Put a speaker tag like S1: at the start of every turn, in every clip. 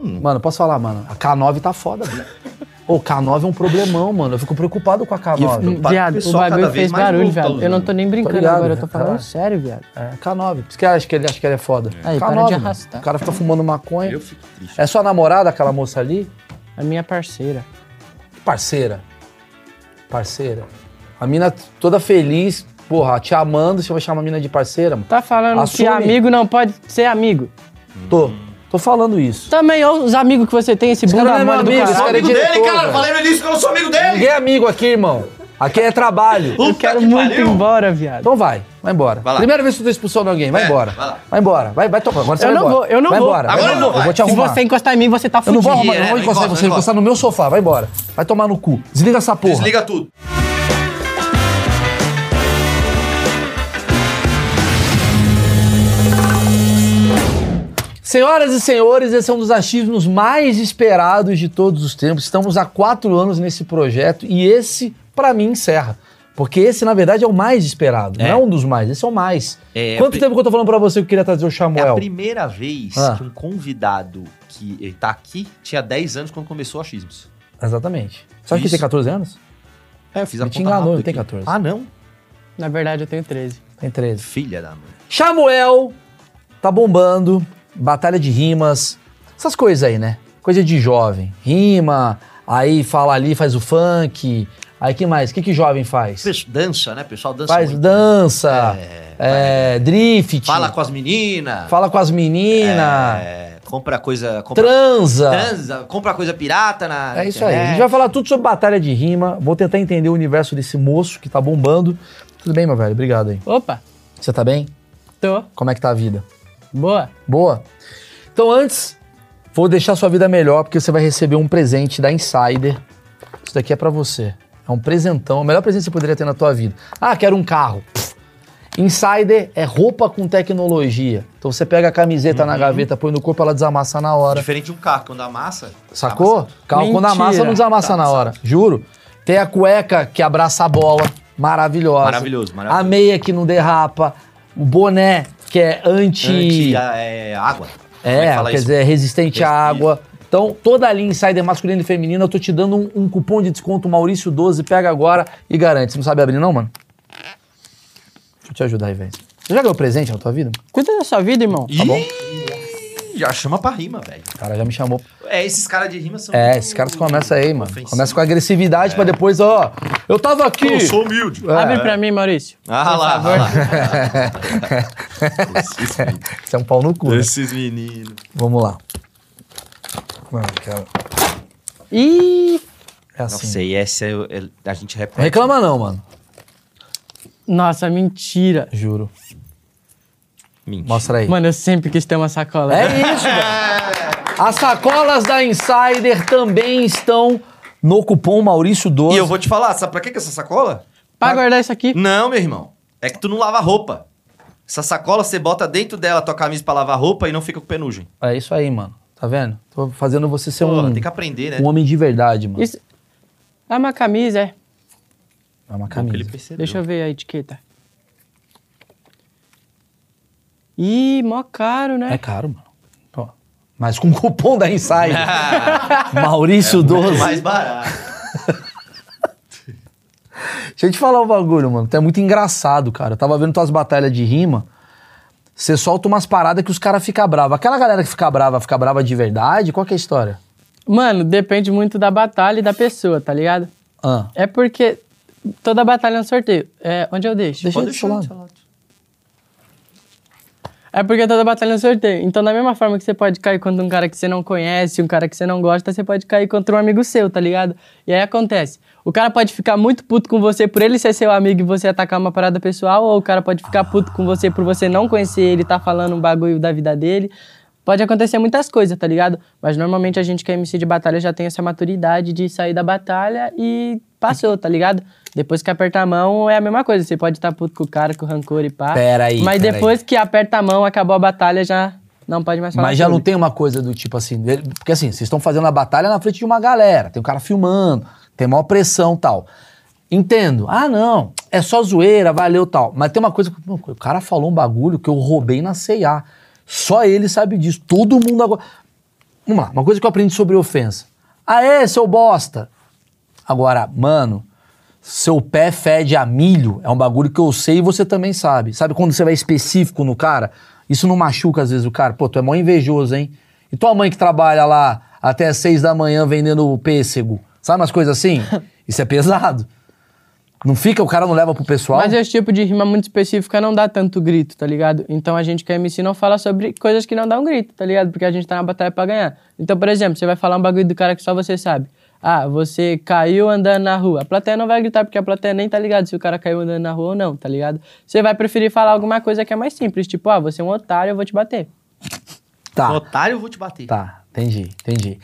S1: Mano, posso falar, mano? A K9 tá foda, bicho. Ô, K9 é um problemão, mano. Eu fico preocupado com a K9.
S2: Pá,
S3: Viado, o
S2: pessoal cada
S3: bagulho
S2: vez
S3: fez
S2: mais
S3: barulho,
S2: louco tá
S3: viado. Eu não tô nem brincando
S1: ligado,
S3: agora, eu
S1: né?
S3: tô falando
S1: Caralho.
S3: sério, viado.
S1: É, K9. Por isso que acha que ele acha que ele é foda.
S3: Aí,
S1: K9,
S3: para de
S1: mano.
S3: arrastar.
S1: O cara fica fumando maconha.
S2: Eu fico triste.
S1: É sua namorada, aquela moça ali?
S3: A minha parceira.
S1: Parceira. Parceira. A mina toda feliz, porra, te amando, você vai chamar a mina de parceira, mano?
S3: Tá falando
S1: Assume.
S3: que amigo não pode ser amigo.
S1: Tô. Tô falando isso.
S3: Também, ó, os amigos que você tem, esse
S1: Esse
S3: bunda
S1: cara não é
S3: mole
S1: meu
S3: do
S1: amigo, esse
S2: Sou
S3: caralho.
S1: cara é
S2: amigo dele,
S1: diretor,
S2: cara.
S1: velho.
S2: Falei no início que eu não sou amigo dele.
S1: Ninguém é amigo aqui, irmão. Aqui é trabalho.
S2: Puta
S3: Eu quero
S2: que
S3: muito ir
S2: pariu.
S3: embora, viado.
S1: Então vai, vai embora.
S2: Vai lá.
S1: Primeira vez que tu tá expulsando alguém, vai
S2: É,
S1: embora.
S2: vai lá.
S1: Vai embora, vai, vai tocar. Agora você
S3: Eu
S1: vai
S3: não
S1: embora.
S3: vou, eu não
S1: vai
S3: vou.
S1: Embora,
S2: Agora
S1: vai
S2: eu
S1: embora.
S2: não
S1: Eu vou
S2: vou.
S1: te
S3: Se
S1: arrumar.
S3: você encostar em mim, você tá
S1: Eu não
S3: fudido.
S1: vou arrumar, eu não
S2: é,
S1: vou encostar em
S2: encosta,
S1: você, vou encostar no meu sofá, vai embora. Vai tomar no cu. Desliga essa porra.
S2: Desliga tudo.
S1: Senhoras e senhores, esse é um dos achismos mais esperados de todos os tempos. Estamos há quatro anos nesse projeto e esse, pra mim, encerra. Porque esse, na verdade, é o mais esperado.
S2: É.
S1: Não é um dos mais, esse é o mais.
S2: É,
S1: Quanto
S2: pri-
S1: tempo que eu tô falando pra você que eu queria trazer o
S2: É a
S1: Samuel?
S2: primeira vez
S1: Ah.
S2: que um convidado que ele tá aqui tinha 10 anos quando começou o Achismos.
S1: Exatamente. Sabe que
S2: Isso.
S1: tem 14 anos?
S2: É, eu fiz
S1: Me te enganou, não tem 14.
S2: Ah, não?
S3: Na verdade, eu tenho 13.
S1: Tem 13.
S2: Filha da mãe.
S1: Samuel tá bombando, batalha de rimas, essas coisas aí, né? Coisa de jovem. Rima, aí fala ali, faz o funk. Aí que mais? O que, que jovem faz?
S2: Pes- Dança, né? Pessoal dança
S1: Faz
S2: muito.
S1: dança,
S2: É,
S1: é, drift,
S2: Fala com as meninas.
S1: fala com as meninas,
S2: É, compra coisa... Compra
S1: transa.
S2: transa, compra coisa pirata na
S1: É isso aí. A gente
S2: internet.
S1: vai falar tudo sobre batalha de rima. Vou tentar entender o universo desse moço que tá bombando. Tudo bem, meu velho? Obrigado aí.
S3: Opa,
S1: Você tá bem?
S3: tô.
S1: Como é que tá a vida?
S3: Boa.
S1: Boa. Então, antes, vou deixar sua vida melhor, porque você vai receber um presente da Insider. Isso daqui é pra você. É um presentão, o melhor presente que você poderia ter na tua vida. Ah, quero um carro. Pff. Insider é roupa com tecnologia. Então você pega a camiseta
S2: Uhum.
S1: na gaveta, põe no corpo, ela desamassa na hora.
S2: Diferente de um carro, quando amassa...
S1: Sacou?
S2: amassa.
S1: Carro quando amassa,
S3: Mentira.
S1: não desamassa
S2: Tá
S1: na
S2: amassado.
S1: hora. Juro. Tem a cueca que abraça a bola. Maravilhosa.
S2: Maravilhoso,
S1: A
S2: maravilhoso.
S1: meia que não derrapa. O boné que é
S2: Anti, é, água. Como
S1: é,
S2: que fala
S1: quer
S2: isso?
S1: dizer, resistente à
S2: Resistente.
S1: água. Então, toda a linha Insider masculina e feminina, eu tô te dando um, um cupom de desconto Maurício12, pega agora e garante. Você não sabe abrir não, mano? Deixa eu te ajudar aí, velho. Você já ganhou presente na tua vida?
S3: Cuida da sua vida, irmão.
S2: Ih, já chama pra rima, velho.
S1: O cara já me chamou.
S2: É, esses caras de rima são...
S1: É,
S2: muito
S1: esses caras começam aí, mano.
S2: ofensivos.
S1: Começa com agressividade pra depois, ó, eu tava aqui.
S2: É. Eu sou humilde.
S3: Abre pra mim, Maurício.
S2: Ah
S3: Por
S2: lá,
S3: favor.
S2: ah lá. Esses meninos.
S1: Você é um pau no cu. né?
S2: Esses meninos.
S1: Vamos lá. Mano, cara,
S3: Ih,
S1: é
S2: Não
S1: assim.
S2: sei, essa eu- eu- a gente repete.
S1: Não reclama não, mano.
S3: nossa, mentira.
S1: Juro.
S2: Mentira.
S1: Mostra aí.
S3: Mano, eu sempre quis ter uma sacola.
S1: É isso, velho. As sacolas da Insider também estão no cupom Maurício12.
S2: E eu vou te falar, sabe pra que que é essa sacola?
S3: Pra guardar isso aqui.
S2: Não, meu irmão. É que tu não lava roupa. Essa sacola você bota dentro dela a tua camisa pra lavar roupa e não fica com penugem.
S1: É isso aí, mano. Tá vendo? Tô fazendo você ser
S2: Pô,
S1: um,
S2: tem que aprender, né?
S1: um homem de verdade, mano.
S3: Isso... É uma camisa, é.
S1: É uma
S2: Bom que ele
S1: camisa.
S2: percebeu.
S3: Deixa eu ver a etiqueta. Ih, mó caro, né?
S1: É caro, mano. Ó, Mas com cupom da Insider. Maurício12.
S2: É Ah, Mais barato.
S1: Deixa eu te falar um bagulho, mano. Tu é muito engraçado, cara. Eu tava vendo tuas batalhas de rima. Você solta umas paradas que os caras ficam bravos. Aquela galera que fica brava, fica brava de verdade? Qual que é a história?
S3: Mano, depende muito da batalha e da pessoa, tá ligado?
S1: Ah,
S3: É porque toda batalha é um sorteio. É, onde eu deixo?
S1: deixa eu
S2: Pode
S1: te
S2: deixar do
S1: falar.
S2: seu lado.
S3: É porque toda batalha é um sorteio. Então, da mesma forma que você pode cair contra um cara que você não conhece, um cara que você não gosta, você pode cair contra um amigo seu, tá ligado? E aí acontece. O cara pode ficar muito puto com você por ele ser seu amigo e você atacar uma parada pessoal, ou o cara pode ficar puto com você por você não conhecer ele, tá falando um bagulho da vida dele. Pode acontecer muitas coisas, tá ligado? Mas normalmente a gente que é MC de batalha já tem essa maturidade de sair da batalha e passou, tá ligado? Depois que apertar a mão é a mesma coisa. Você pode estar puto com o cara, com o rancor e pá.
S1: Pera aí,
S3: Mas
S1: pera
S3: depois que aperta a mão, acabou a batalha, já não pode mais falar.
S1: Mas já não
S3: sobre.
S1: tem uma coisa do tipo assim. dele- Porque assim, vocês estão fazendo a batalha na frente de uma galera, tem um cara filmando, tem maior pressão tal. Entendo. Ah, não, é só zoeira, valeu tal. Mas tem uma coisa que. pô, O cara falou um bagulho que eu roubei na CIA. Só ele sabe disso. Todo mundo agora. Vamos lá, uma coisa que eu aprendi sobre ofensa. Aê, seu bosta! Agora, mano, seu pé fede a milho é um bagulho que eu sei e você também sabe. Sabe quando você vai específico no cara? Isso não machuca às vezes o cara. Pô, tu é mó invejoso, hein? E tua mãe que trabalha lá até as seis da manhã vendendo pêssego? Sabe umas coisas assim? Isso é pesado. Não fica, o cara não leva pro pessoal.
S3: Mas esse tipo de rima muito específica não dá tanto grito, tá ligado? Então a gente que é MC não fala sobre coisas que não dão grito, tá ligado? Porque a gente tá na batalha pra ganhar. Então, por exemplo, você vai falar um bagulho do cara que só você sabe. Ah, você caiu andando na rua. A plateia não vai gritar porque a plateia nem tá ligado se o cara caiu andando na rua ou não, tá ligado? Você vai preferir falar alguma coisa que é mais simples, tipo, ah, você é um otário, eu vou te bater.
S2: Um
S1: Tá,
S2: otário, eu vou te bater.
S1: tá, entendi, entendi.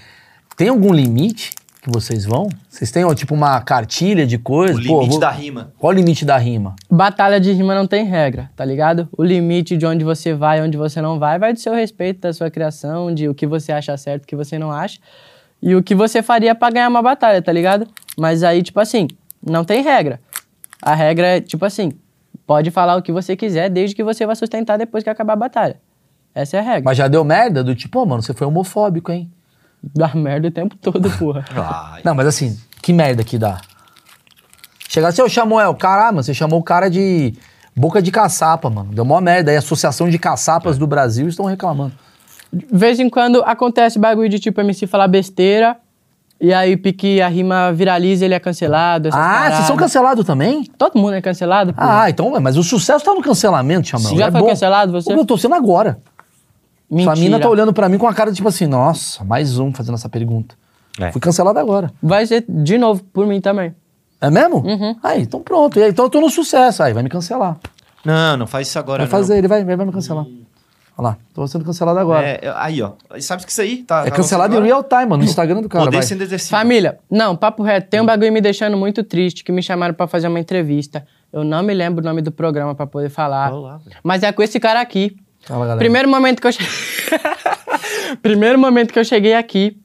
S1: Tem algum limite que vocês vão? Vocês têm, ó, tipo, uma cartilha de coisa?
S2: O
S1: Pô,
S2: limite
S1: vou-
S2: da rima.
S1: Qual o limite da rima?
S3: Batalha de rima não tem regra, tá ligado? O limite de onde você vai e onde você não vai vai do seu respeito, da sua criação, de o que você acha certo, o que você não acha. E o que você faria pra ganhar uma batalha, tá ligado? Mas aí, tipo assim, não tem regra. A regra é, tipo assim, pode falar o que você quiser, desde que você vá sustentar depois que acabar a batalha. Essa é a regra.
S1: Mas já deu merda do tipo, ô, mano, você foi homofóbico, hein?
S3: Dá merda o tempo todo, porra.
S2: Ai,
S1: Não, mas assim, que merda que dá. Chegar assim, eu chamou, é, o cara, ah, mano, você chamou o cara de boca de caçapa, mano. Deu mó merda. Aí a Associação de Caçapas
S2: É.
S1: do Brasil estão reclamando.
S3: De vez em quando acontece bagulho de tipo MC falar besteira, e aí pique a rima viraliza ele é cancelado. essas
S1: ah, vocês são
S3: paradas.
S1: cancelados também?
S3: Todo mundo é cancelado, pô.
S1: Ah, então, ué, mas o sucesso tá no cancelamento, chamão.
S3: Já
S1: é
S3: foi
S1: bom.
S3: cancelado você?
S1: Pô, Eu tô sendo agora.
S3: Mentira.
S1: Sua mina tá olhando pra mim com a cara tipo assim, nossa, mais um fazendo essa pergunta.
S2: É.
S1: Fui cancelado agora.
S3: Vai ser de novo por mim também.
S1: É mesmo? Uhum. Aí, então pronto. E aí, Então eu tô no sucesso. Aí, vai me cancelar.
S2: Não, não faz isso
S1: Vai
S2: agora. não.
S1: fazer, ele vai, vai vai me cancelar. Olha lá, tô sendo cancelado agora. É,
S2: É, é, aí, ó. E Sabe que isso aí tá. tá
S1: cancelado em
S2: acontecendo
S1: real time, mano, no Instagram do
S2: agora?
S1: cara.
S2: Odeio
S1: Vai.
S2: sendo exercício.
S3: Família, não, papo reto. Tem um bagulho me deixando muito triste que me chamaram pra fazer uma entrevista. Eu não me lembro o nome do programa pra poder falar.
S2: Olá, velho.
S3: mas é com esse cara aqui.
S1: Fala, galera.
S3: Primeiro momento que eu che... Primeiro momento que eu cheguei aqui,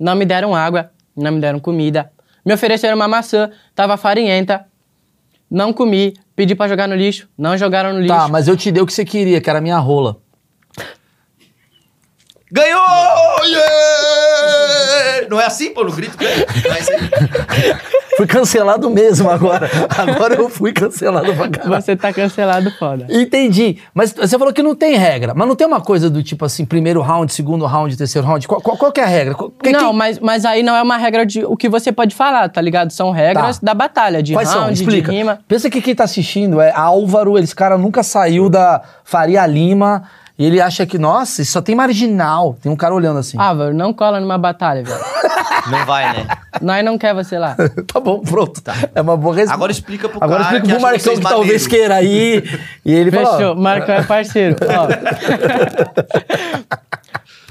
S3: não me deram água, não me deram comida. Me ofereceram uma maçã, tava farinhenta. Não comi, pedi pra jogar no lixo, não jogaram no lixo.
S1: Tá, mas eu te dei o que você queria, que era a minha rola.
S2: Ganhou! Yeah! Não é assim, pô, no grito ganha. Não é assim.
S1: Fui cancelado mesmo agora. Agora eu fui cancelado pra caralho.
S3: Você tá cancelado, foda.
S1: Entendi. Mas você falou que não tem regra. Mas não tem uma coisa do tipo assim, primeiro round, segundo round, terceiro round? Qual, qual, qual que é a regra? Qual- que-
S3: não,
S1: que-
S3: mas, mas aí não é uma regra de o que você pode falar, tá ligado? São regras
S1: Tá.
S3: da batalha, de
S1: Quais são?
S3: round,
S1: Explica.
S3: de rima.
S1: Pensa que quem tá assistindo é Álvaro, esse cara nunca saiu da Faria Lima. E ele acha que, nossa, isso só tem marginal. Tem um cara olhando assim.
S3: Ah, velho, não cola numa batalha, velho.
S2: Não vai, né?
S3: Nós não quer você lá.
S1: tá bom, pronto. É uma boa resposta.
S2: Agora explica pro
S1: Agora
S2: cara
S1: explica
S2: que
S1: pro
S2: acha
S1: Marcão que
S2: vocês
S1: talvez
S2: maneiro.
S1: queira ir. E ele
S3: Fechou,
S1: falou.
S3: Marcão é parceiro. Ó.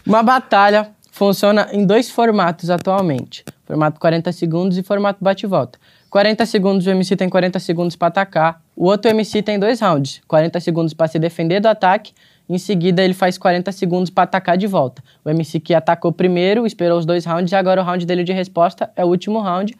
S3: Uma batalha funciona em dois formatos atualmente: formato 40 segundos e formato bate-volta. 40 segundos, o MC tem 40 segundos pra atacar. O outro MC tem dois rounds: 40 segundos pra se defender do ataque. Em seguida, ele faz 40 segundos pra atacar de volta. O MC que atacou primeiro esperou os dois rounds e agora o round dele de resposta é o último round.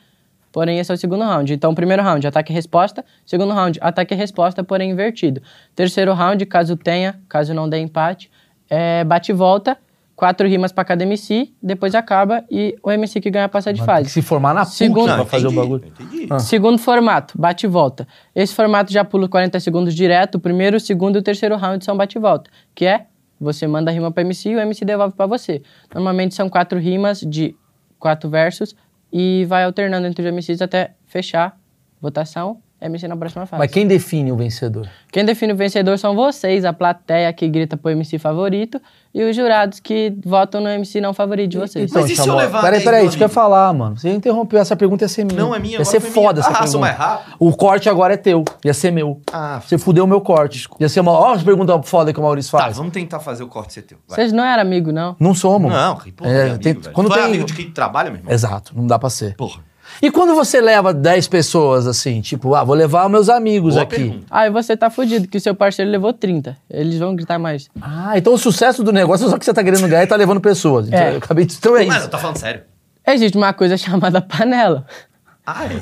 S3: Porém, esse é o segundo round. Então, primeiro round, ataque e resposta. Segundo round, ataque e resposta, porém invertido. Terceiro round, caso tenha, caso não dê empate, é bate e volta. Quatro rimas pra cada MC, depois acaba e o MC que ganha passa de
S1: Mano, tem que
S3: fase.
S1: se formar na
S3: Segundo-
S1: PUC né, pra
S2: Não,
S1: fazer o
S2: entendi,
S1: bagulho.
S2: Entendi.
S3: Segundo formato, bate e volta. Esse formato já pula os 40 segundos direto. O primeiro, o segundo e o terceiro round são bate e volta, que é você manda a rima para MC e o MC devolve para você. Normalmente são quatro rimas de quatro versos e vai alternando entre os MCs até fechar votação. MC na próxima fase.
S1: Mas quem define o vencedor?
S3: Quem define o vencedor são vocês, a plateia que grita pro MC favorito e os jurados que votam no MC não favorito de vocês.
S1: então,
S2: Mas e se eu
S1: Samuel,
S2: levar
S1: Peraí,
S2: 10
S1: peraí,
S2: do
S1: isso que eu ia
S2: amigo?
S1: falar, mano. Você interrompeu, essa pergunta ia ser minha.
S2: Não, é minha,
S1: Ia
S2: agora
S1: ser
S2: foi minha.
S1: foda essa
S2: Ah,
S1: pergunta.
S2: sou mais rápido.
S1: O corte agora é teu, ia ser meu.
S2: Ah,
S1: Você fudeu o meu corte. Ia ser uma... Olha as perguntas foda que o Maurício
S2: Tá,
S1: faz.
S2: vamos tentar fazer o corte CT. Vai.
S3: Vocês não eram amigo não?
S1: não somos.
S2: Não, que porra,
S1: É,
S2: é, amigo,
S1: tem-
S2: velho.
S1: quando
S2: tu é
S1: tem- É,
S2: amigo de quem trabalha, meu irmão?
S1: Exato, não dá pra ser.
S2: Porra.
S1: E quando você leva 10 pessoas, assim, tipo, ah, vou levar meus amigos
S2: Boa
S1: aqui.
S2: pergunta.
S3: Aí você tá fudido, que o seu parceiro levou 30. Eles vão gritar mais.
S1: Ah, então o sucesso do negócio é só que você tá querendo ganhar e tá levando pessoas. Então,
S3: É.
S1: eu acabei de... Então é
S2: Mas
S1: isso.
S2: eu tô falando sério.
S3: Existe uma coisa chamada panela.
S2: Ah, é?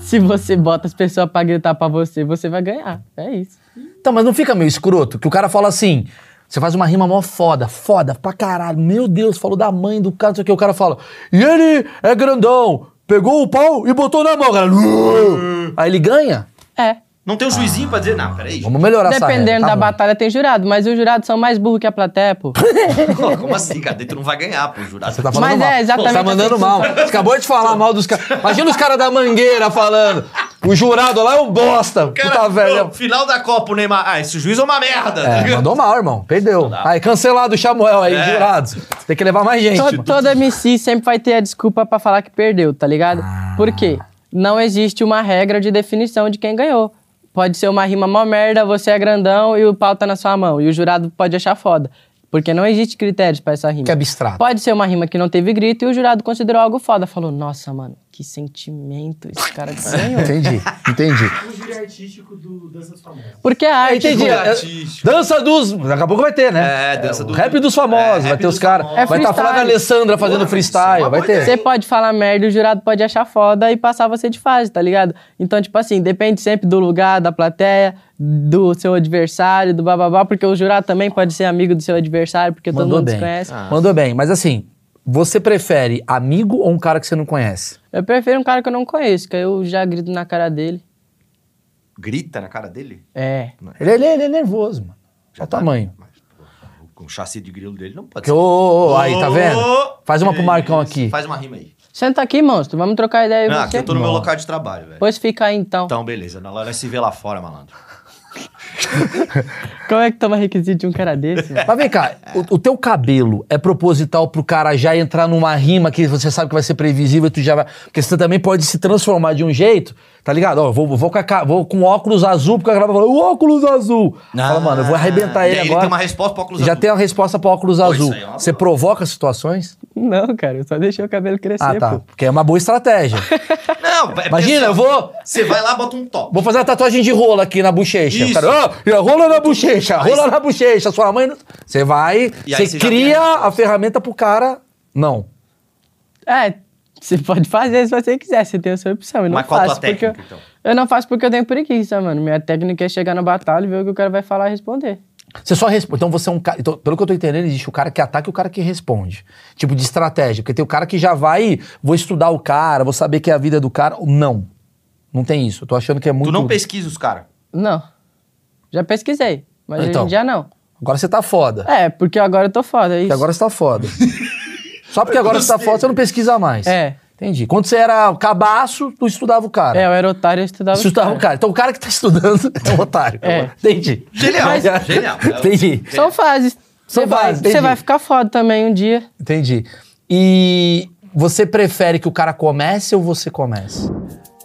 S3: Se você bota as pessoas pra gritar pra você, você vai ganhar. É isso.
S1: Então, mas não fica meio escroto que o cara fala assim: Você faz uma rima mó foda, foda pra caralho. Meu Deus, falou da mãe do cara, não sei o que. O cara fala, e ele é grandão, pegou o pau e botou na mão. O cara, "Uh". Aí ele ganha.
S3: É.
S2: Não tem um juizinho pra dizer, não, peraí. gente.
S1: Vamos melhorar essa regra,
S3: Dependendo
S1: tá
S3: da
S1: bom.
S3: batalha, tem jurado, mas os jurados são mais burros que a plateia, pô.
S2: Como assim, cara? Tu não vai ganhar, pô, jurado.
S1: Você tá
S3: Mas
S1: falando
S3: é,
S1: mal.
S3: exatamente
S1: Você tá mandando
S3: assim.
S1: mal. Você acabou de falar mal dos caras. Imagina os caras da mangueira falando. O jurado lá é um bosta.
S2: Cara,
S1: puta velha.
S2: ô, final da Copa, o Neymar. Ah, esse juiz é uma merda. tá
S1: É,
S2: ligado?
S1: mandou mal, irmão. Perdeu. Aí cancelado o Samuel aí,
S2: É.
S1: jurados. Tem que levar mais gente.
S3: Todo, todo MC sempre vai ter a desculpa pra falar que perdeu, tá ligado? Por quê? Não existe uma regra de definição de quem ganhou. Pode ser uma rima mó merda, você é grandão e o pau tá na sua mão. E o jurado pode achar foda. Porque não existe critérios pra essa rima.
S1: Que abstrato.
S3: Pode ser uma rima que não teve grito e o jurado considerou algo foda. Falou, nossa, mano, que sentimento esse cara que ganhou.
S1: Entendi, entendi.
S4: O júri artístico do Dança dos Famosos.
S3: Porque a arte...
S1: entendi.
S2: Júri
S1: É,
S2: artístico.
S1: dança dos. Daqui a pouco vai ter, né?
S2: É, dança do-
S1: Rap dos famosos,
S2: É,
S1: vai
S2: rap
S1: ter os
S2: dos
S1: caras.
S2: famosos.
S3: É
S1: vai estar tá
S3: freestyle.
S1: falando Alessandra fazendo
S2: Porra,
S1: freestyle,
S2: isso é uma
S1: vai
S2: boa
S1: ter.
S3: Você pode falar merda, e o jurado pode achar foda e passar você de fase, tá ligado? Então, tipo assim, depende sempre do lugar, da plateia, do seu adversário, do bababá, porque o jurado também pode ser amigo do seu adversário, porque todo
S1: Mandou
S3: mundo
S1: bem.
S3: se conhece.
S2: Ah.
S1: Mandou bem, mas assim, você prefere amigo ou um cara que você não conhece?
S3: Eu prefiro um cara que eu não conheço, que aí eu já grito na cara dele.
S2: Grita na cara dele?
S3: É.
S1: Ele, ele- ele é nervoso, mano. Olha o tamanho.
S2: Mas, pô, com o chassi de grilo dele não pode
S1: Que, ô, ô, ô, aí, tá
S2: Ô,
S1: vendo? Faz uma pro
S2: que
S1: Marcão
S2: isso.
S1: aqui.
S2: Faz uma rima aí.
S3: Senta aqui, monstro, vamos trocar ideia aí
S2: Ah, aqui
S3: você.
S2: eu tô no meu
S1: Nossa.
S2: local de trabalho, velho.
S3: Pois fica aí então.
S2: Então, beleza. Na hora se vê lá fora, malandro.
S3: Como é que toma requisito de um cara desse? mano?
S1: Mas vem cá, o, o teu cabelo é proposital pro cara já entrar numa rima que você sabe que vai ser previsível e tu já vai. Porque você também pode se transformar de um jeito, tá ligado? Ó, vou, vou, com, a ca- vou com óculos azul, porque a galera vai falar, o óculos azul! Fala, mano, eu vou arrebentar
S2: Ah, E
S1: ele
S2: aí
S1: agora.
S2: Ele tem uma resposta pro óculos
S1: já
S2: azul.
S1: tem a resposta pro óculos azul.
S2: isso aí é uma
S1: Você
S2: boa.
S1: provoca situações?
S3: não, cara, eu só deixei o cabelo crescer,
S1: Ah, tá.
S3: pô.
S1: Porque é uma boa estratégia.
S2: Não, é porque
S1: Imagina,
S2: assim,
S1: eu vou.
S2: Você vai lá, bota um top.
S1: Vou fazer uma tatuagem de rola aqui na bochecha. O
S2: Isso.
S1: cara, "Ah, e a rola na bochecha,
S2: Aí
S1: rola
S2: cê-
S1: na bochecha. Sua mãe. não-" Você vai,
S2: E
S1: você
S2: aí cê já
S1: cria
S2: tem
S1: a ferramenta pro cara. Não.
S3: É, você pode fazer se você quiser, você tem a sua opção. Eu não
S2: Mas qual a tua
S3: faço porque
S2: técnica,
S3: eu-
S2: então?
S3: Eu não faço porque eu tenho preguiça, mano. Minha técnica é chegar na batalha e ver o que o cara vai falar e responder.
S1: Você só responde. Então você é um cara. Então, pelo que eu tô entendendo, existe o cara que ataca e o cara que responde. Tipo de estratégia. Porque tem o cara que já vai. Vou estudar o cara, vou saber que é a vida do cara. Não. Não tem isso. Eu tô achando que é muito.
S2: Tu não pesquisa os caras.
S3: Não. Já pesquisei, mas
S1: Então.
S3: hoje em dia não.
S1: Agora você tá foda.
S3: É, porque agora eu tô foda, é isso.
S1: Porque agora você tá foda. só porque agora você tá foda, você não pesquisa mais.
S3: É.
S1: Entendi. Quando você era cabaço, tu estudava o cara.
S3: É, eu era otário e eu estudava.
S1: Isso tá o cara. Então o cara que tá estudando é um otário.
S3: É.
S1: Entendi.
S2: Genial,
S1: Mas-
S2: genial.
S1: Entendi.
S3: São fases.
S1: São
S3: Você vai,
S1: fases, entendi.
S3: você vai ficar foda também um dia.
S1: Entendi. E você prefere que o cara comece ou você comece?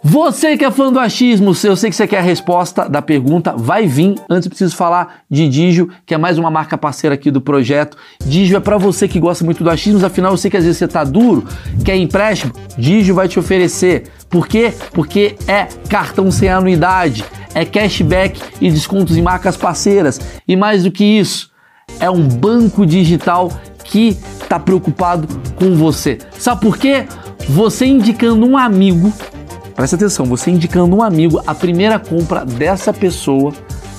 S1: Você que é fã do achismo, eu sei que você quer a resposta da pergunta, vai vir. Antes eu preciso falar de Digio, que é mais uma marca parceira aqui do projeto. Digio é pra você que gosta muito do achismo, afinal eu sei que às vezes você tá duro, quer empréstimo, Digio vai te oferecer. Por quê? Porque é cartão sem anuidade, é cashback e descontos em marcas parceiras. E mais do que isso, é um banco digital que está preocupado com você. Sabe por quê? Você indicando um amigo, presta atenção, você indicando um amigo, a primeira compra dessa pessoa,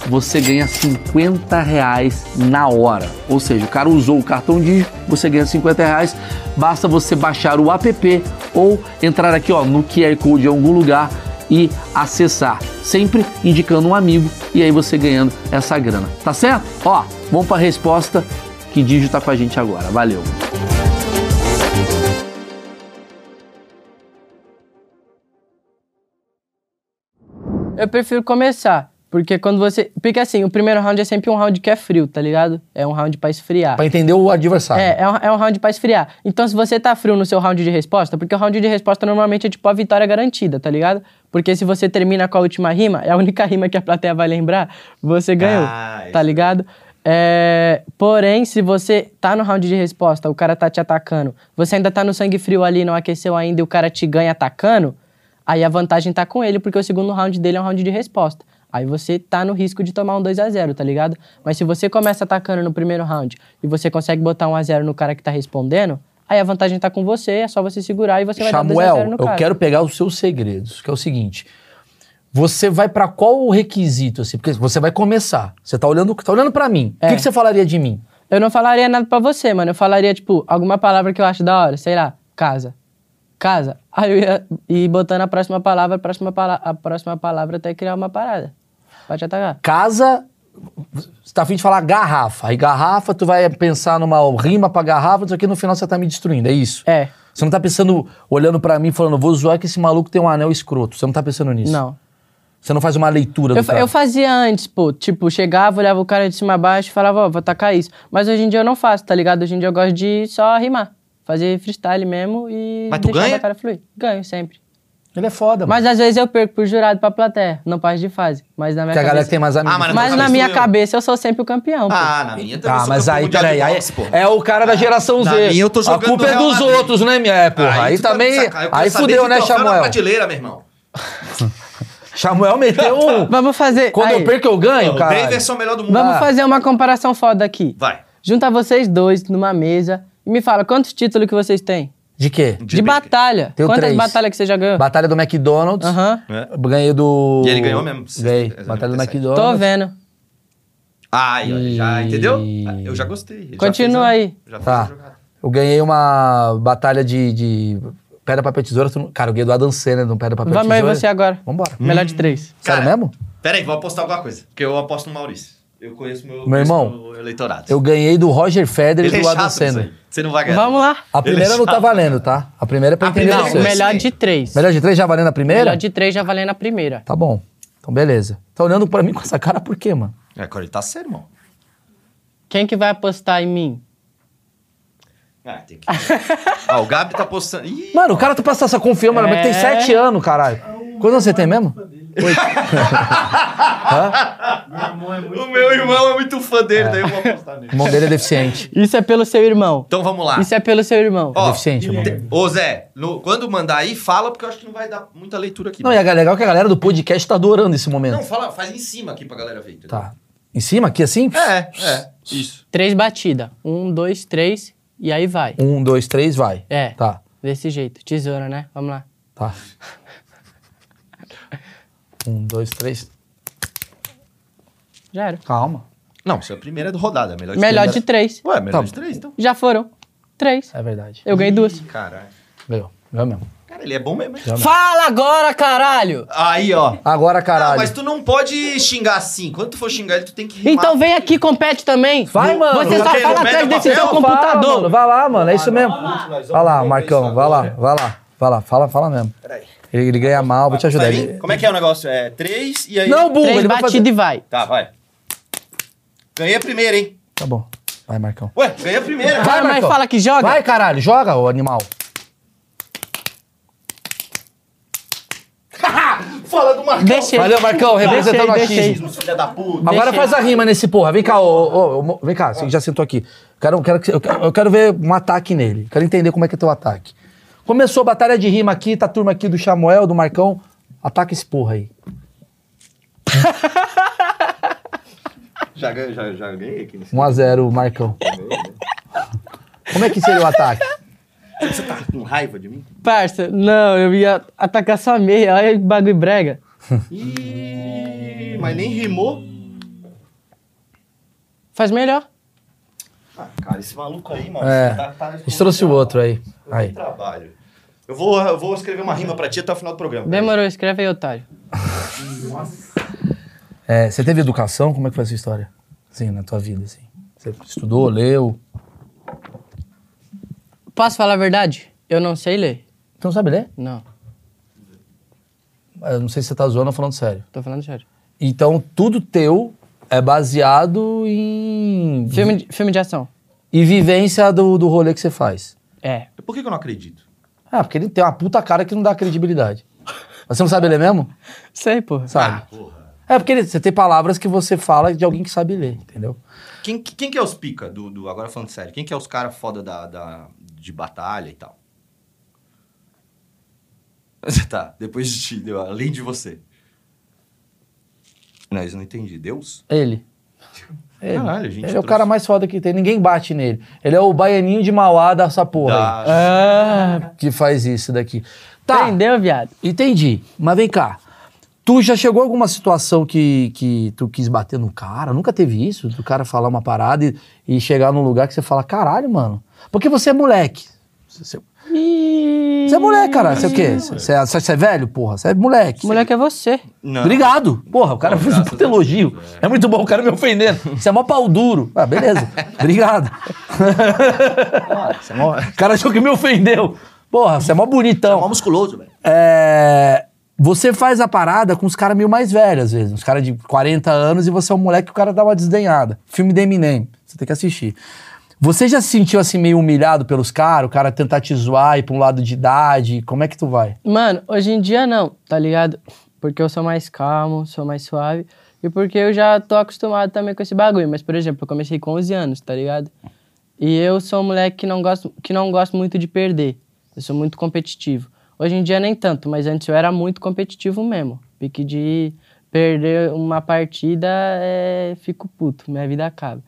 S1: você ganha 50 reais na hora. Ou seja, o cara usou o cartão dígito, você ganha 50 reais. Basta você baixar o app ou entrar aqui ó, no QR Code em algum lugar e acessar, sempre indicando um amigo e aí você ganhando essa grana, tá certo? Ó, vamos para a resposta que Digio tá com a gente agora. Valeu.
S3: Eu prefiro começar. Porque quando você. Porque assim, o primeiro round é sempre um round que é frio, tá ligado? É um round pra esfriar.
S1: Para entender o adversário.
S3: É, é um, é um round pra esfriar. Então, se você tá frio no seu round de resposta, porque o round de resposta normalmente é tipo a vitória garantida, tá ligado? Porque se você termina com a última rima, é a única rima que a plateia vai lembrar, você ganhou,
S2: Ah, isso
S3: tá
S2: é.
S3: ligado? É, porém, se você tá no round de resposta, o cara tá te atacando, você ainda tá no sangue frio ali, não aqueceu ainda e o cara te ganha atacando, aí a vantagem tá com ele, porque o segundo round dele é um round de resposta. Aí você tá no risco de tomar um 2 a 0 tá ligado? Mas se você começa atacando no primeiro round e você consegue botar um a 0 no cara que tá respondendo, aí a vantagem tá com você, é só você segurar e você vai dar 2 a 0
S1: Samuel,
S3: no
S1: eu
S3: cara.
S1: quero pegar os seus segredos, que é o seguinte.
S5: Você vai pra qual requisito? Assim? Porque você vai começar. Você tá olhando, tá olhando para mim.
S3: É.
S5: O que, que você falaria de mim?
S3: Eu não falaria nada pra você, mano. Eu falaria, tipo, alguma palavra que eu acho da hora. Sei lá, casa. Casa. Aí eu ia ir botando a próxima palavra, a próxima, pala a próxima palavra até criar uma parada. Pra te atacar.
S5: Casa, você tá afim de falar garrafa. Aí garrafa, tu vai pensar numa rima pra garrafa, isso aqui no final você tá me destruindo, é isso?
S3: É.
S5: Você não tá pensando, olhando pra mim, falando, vou zoar que esse maluco tem um anel escroto. Você não tá pensando nisso.
S3: Não.
S5: Você não faz uma leitura
S3: Eu,
S5: do
S3: fa-
S5: cara.
S3: eu fazia antes, pô. Tipo, chegava, olhava o cara de cima a baixo e falava, ó, vou tacar isso. Mas hoje em dia eu não faço, tá ligado? Hoje em dia eu gosto de só rimar. Fazer freestyle mesmo e
S2: Mas tu
S3: deixar
S2: ganha?
S3: a cara fluir. Ganho sempre.
S5: Ele é foda, mano.
S3: Mas às vezes eu perco por jurado pra plateia. Não passo de fase. Mas na minha
S5: Porque a galera
S3: cabeça...
S5: que tem mais amigos.
S2: Ah, mas
S3: Mas na
S2: cabeça
S3: minha
S2: sou eu.
S3: cabeça eu sou sempre o campeão, pô.
S2: Ah, na minha também.
S5: Tá,
S2: sou
S5: mas
S2: campeão
S5: aí,
S2: mundial
S5: peraí.
S2: de
S5: Aí,
S2: boxe, pô. Ah,
S5: é o cara da geração
S2: na
S5: Z.
S2: minha eu tô
S5: a
S2: jogando
S5: culpa
S2: no
S5: é
S2: Real
S5: dos
S2: Madrid.
S5: outros, né, minha? É, porra. Aí,
S2: tu tá de
S5: também.
S2: sacanagem. Eu quero
S5: aí
S2: saber
S5: fudeu,
S2: de
S5: né,
S2: troféu na
S5: Samuel?
S2: prateleira, meu irmão.
S5: Samuel meteu um.
S3: Vamos fazer...
S5: Quando
S3: aí,
S5: eu perco, eu ganho,
S2: o
S5: cara.
S2: Davidson é o melhor do mundo.
S3: Vamos
S5: Ah.
S3: fazer uma comparação foda aqui.
S2: Vai.
S3: Junta vocês dois numa mesa e me fala quantos títulos que vocês têm?
S5: De quê?
S3: De, batalha.
S5: Tenho
S3: Quantas
S5: três.
S3: batalhas que você já ganhou?
S5: Batalha do McDonald's.
S3: Aham.
S2: É.
S5: Ganhei do.
S2: E ele ganhou mesmo, Tá
S5: Ganhei.
S2: 67.
S5: Batalha do
S3: Tô
S5: McDonald's.
S3: vendo.
S2: Ai, ó, já,
S5: E-
S2: entendeu? Ah, Eu já gostei. Ele já fez a-
S3: Continua aí.
S2: Já fez a
S5: Tá.
S2: jogada.
S5: Eu ganhei uma batalha de. de pedra, papel, tesoura. Tu não- Cara, eu ganhei do Adam Sandler no pedra, papel,
S3: Vamos aí
S5: tesoura.
S3: você agora.
S5: Vambora.
S3: Melhor de três.
S5: Sério
S2: Cara,
S5: mesmo?
S2: Pera aí, vou apostar alguma coisa. Porque eu aposto no Maurício. Eu conheço meu,
S5: Meu irmão,
S2: conheço meu eleitorado.
S5: Eu ganhei do Roger Federer e
S2: Ele
S5: do
S2: é
S5: Adam
S2: chato,
S5: Sandler.
S2: nisso aí. Você não vai ganhar.
S3: Vamos lá.
S5: A
S2: Ele é
S5: primeira não tá
S2: chato,
S5: valendo, tá? A primeira é pra
S2: A
S5: entender
S2: primeira
S3: Não,
S2: Sim.
S5: vocês.
S3: melhor
S2: Sim.
S3: de três.
S5: Melhor de três já valendo a primeira?
S3: Melhor de três já valendo a primeira.
S5: Tá bom. Então, beleza. Tá olhando pra mim com essa cara por quê, mano?
S2: É, agora ele tá sério, irmão.
S3: Quem que vai apostar em mim?
S2: Ah, tem que... ah, o Gabi tá apostando... Ih,
S5: Mano, o cara tu passa essa confiança, mano. Mas
S3: É.
S5: tem sete anos, caralho. Quantos anos você tem mesmo?
S1: Meu irmão é muito.
S2: o meu irmão é muito fã dele, daí eu vou apostar
S5: O
S2: nele.
S5: irmão dele é deficiente.
S3: Isso é pelo seu irmão.
S2: Então vamos
S5: tá.
S2: lá.
S3: Isso é pelo seu irmão.
S2: Ó,
S5: deficiente, irmão.
S2: te- Ô Zé, no- quando mandar aí, fala, porque eu acho que não vai dar muita leitura aqui. né?
S5: Não, e é legal que a galera do podcast tá adorando esse momento.
S2: Não, fala, faz em cima aqui pra galera ver, entendeu?
S5: Tá. Em cima, aqui assim?
S2: É, é. Isso.
S3: Três batidas. Um, dois, três. E aí vai.
S5: Um, dois, três, vai.
S3: É.
S5: Tá,
S3: Desse jeito. Tesoura, né? Vamos lá.
S5: tá. Um, dois, três.
S3: Já era.
S5: Calma.
S2: Não, se a primeira é do rodada, é melhor de
S3: Melhor de
S2: três.
S3: três.
S2: Ué, melhor
S5: Tá.
S2: de três, então.
S3: Já foram. Três.
S5: É verdade.
S3: Eu ganhei duas.
S2: Caralho.
S5: Ganhou. Ganhou mesmo.
S2: Cara, ele é bom mesmo. hein?
S3: Fala agora, caralho!
S2: Aí, ó.
S5: Agora,
S2: Não,
S5: caralho.
S2: mas tu não pode xingar assim. Quando tu for xingar ele, tu tem que rimar.
S3: Então vem aqui, compete também.
S5: Vai, mano.
S3: Você só
S2: Porque
S3: fala
S2: não pega
S3: atrás
S2: o
S3: desse
S2: papel?
S3: seu
S2: Fala,
S5: então Fala,
S3: É computador.
S5: mano, vai lá, mano. É isso mesmo.
S2: nós vamos
S5: Vai lá,
S2: ver
S5: Marcão.
S2: isso
S5: Vai lá,
S2: agora.
S5: vai lá. Vai lá, fala, fala mesmo. Ele, ele ganha mal, vou te ajudar.
S2: Vai vir?
S5: Ele...
S2: Como é que é o negócio? É três e aí...
S5: Não, burro,
S3: Três
S5: ele vai
S3: batidas
S5: fazer.
S3: e vai.
S2: Tá, vai. Ganhei a primeira, hein?
S5: Tá bom. Vai, Marcão.
S2: Ué, ganhei a primeira.
S3: Vai, mas
S5: Marcão.
S3: fala que joga.
S5: Vai, caralho, joga, ô animal.
S2: Fala do Marcão.
S3: Deixei.
S5: Valeu, Marcão, representando
S3: deixei.
S5: aqui.
S2: Filha da puta.
S5: Agora
S3: Deixa
S5: faz a rima nesse porra. Vem cá, ô, ô, ô, ô, vem cá, você já sentou aqui. Quero, quero que- eu, quero, eu quero ver um ataque nele. Quero entender como é que é teu ataque. Começou a batalha de rima aqui, tá a turma aqui do Samuel, do Marcão. Ataca esse porra aí.
S2: Já, ganhei- já, já ganhei aqui. nesse-
S5: 1x0, Marcão. Como é que seria o ataque?
S2: Você tá com raiva de mim?
S3: Parça, não, eu ia atacar sua meia. Olha que bagulho brega.
S2: Ih, mas nem rimou.
S3: Faz melhor.
S2: Ah, cara, esse maluco aí, mano.
S5: É.
S2: tá- tá-
S5: A gente trouxe o outro aí. Aí.
S2: Trabalho. Eu vou, eu vou escrever uma rima pra ti até o final do programa.
S3: Demorou, escreve aí, otário.
S5: É, você teve educação? Como é que foi a sua história? Assim, na tua vida, assim. Você estudou, leu.
S3: Posso falar a verdade? Eu não sei ler.
S5: Tu não Então, sabe ler?
S3: Não,
S5: Eu não sei se você tá zoando ou falando sério.
S3: tô falando sério.
S5: Então, tudo teu é baseado em...
S3: Filme de, filme de ação.
S5: E vivência do, do rolê que você faz.
S3: É.
S2: Por que, que eu não acredito?
S5: Ah, porque ele tem uma puta cara que não dá credibilidade. Mas você não sabe ler mesmo?
S3: Sei, porra.
S5: Sabe.
S2: Ah, Porra.
S5: É porque ele- você tem palavras que você fala de alguém que sabe ler, entendeu?
S2: Quem, quem que é os pica do, do- Agora falando sério, quem que é os caras foda da, da- de batalha e tal? tá, depois de ti, deu- além de você. Não, isso eu não entendi. Deus?
S5: Ele. Ele,
S2: Caralho, gente,
S5: ele é o
S2: trouxe-
S5: cara mais foda que tem. Ninguém bate nele. Ele é o baianinho de Mauá dessa porra aí, É.
S2: Da-
S3: Ah,
S5: que faz isso daqui. Tá,
S3: Entendeu, viado?
S5: entendi. Mas vem cá. Tu já chegou a alguma situação que, que tu quis bater no cara? Nunca teve isso? Do cara falar uma parada e, e chegar num lugar que você fala, caralho, mano. Porque você é moleque. Você, você- você é moleque, cara. Você é o quê? Você, você é, você é velho, porra? Você é moleque.
S3: Moleque é você.
S2: Não.
S5: Obrigado. Porra, o cara
S6: Não,
S5: fez um
S6: graças
S5: puta
S6: a Deus.
S5: elogio. É. muito bom, o cara me ofendendo. Você é mó pau duro. Ah, beleza. Obrigado.
S6: Tá
S2: Você é mó,
S5: O cara achou que me ofendeu. Porra, você é mó bonitão.
S2: mó musculoso, velho.
S5: É, Você faz a parada com os caras meio mais velhos, às vezes. Uns caras de 40 anos e você é um moleque que o cara dá uma desdenhada. Filme de Eminem. Você tem que assistir. Você já se sentiu assim meio humilhado pelos caras? O cara tentar te zoar, ir pra um lado de idade? Como é que tu vai?
S3: Mano, hoje em dia não, tá ligado? Porque eu sou mais calmo, sou mais suave. E porque eu já tô acostumado também com esse bagulho. Mas, por exemplo, eu comecei com 11 anos, tá ligado? E eu sou um moleque que não gosto, que não gosto muito de perder. Eu sou muito competitivo. Hoje em dia nem tanto, mas antes eu era muito competitivo mesmo. Pique de perder uma partida, é... fico puto, minha vida acaba.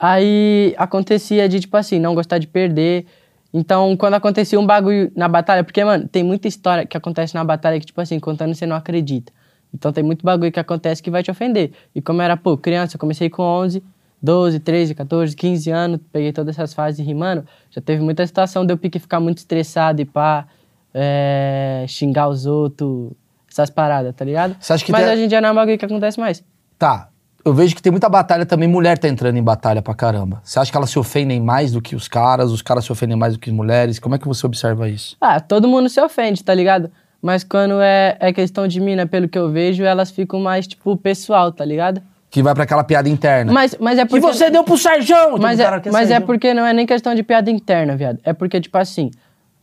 S3: Aí acontecia de, tipo assim, não gostar de perder. Então, quando acontecia um bagulho na batalha, porque, mano, tem muita história que acontece na batalha que, tipo assim, contando você não acredita. Então, tem muito bagulho que acontece que vai te ofender. E como eu era, pô, criança, eu comecei com 11, 12, 13, 14, 15 anos, peguei todas essas fases rimando. Já teve muita situação de eu pique ficar muito estressado e pá, é, xingar os outros, essas paradas, tá ligado?
S5: Você acha que
S3: Mas
S5: tem-
S3: hoje em dia não é um bagulho que acontece mais.
S5: Tá. Eu vejo que tem muita batalha também, mulher tá entrando em batalha pra caramba. Você acha que elas se ofendem mais do que os caras, os caras se ofendem mais do que as mulheres? Como é que você observa isso?
S3: Ah, todo mundo se ofende, tá ligado? Mas quando é, é questão de mina, pelo que eu vejo, elas ficam mais, tipo, pessoal, tá ligado?
S5: Que vai pra aquela piada interna.
S3: Mas, mas é
S5: que
S3: porque...
S5: Né? você deu pro Sarjão! Tem
S3: Mas,
S5: um
S3: é,
S5: cara que
S3: mas é
S5: Sarjão.
S3: porque não é nem questão de piada interna, viado. É porque, tipo assim,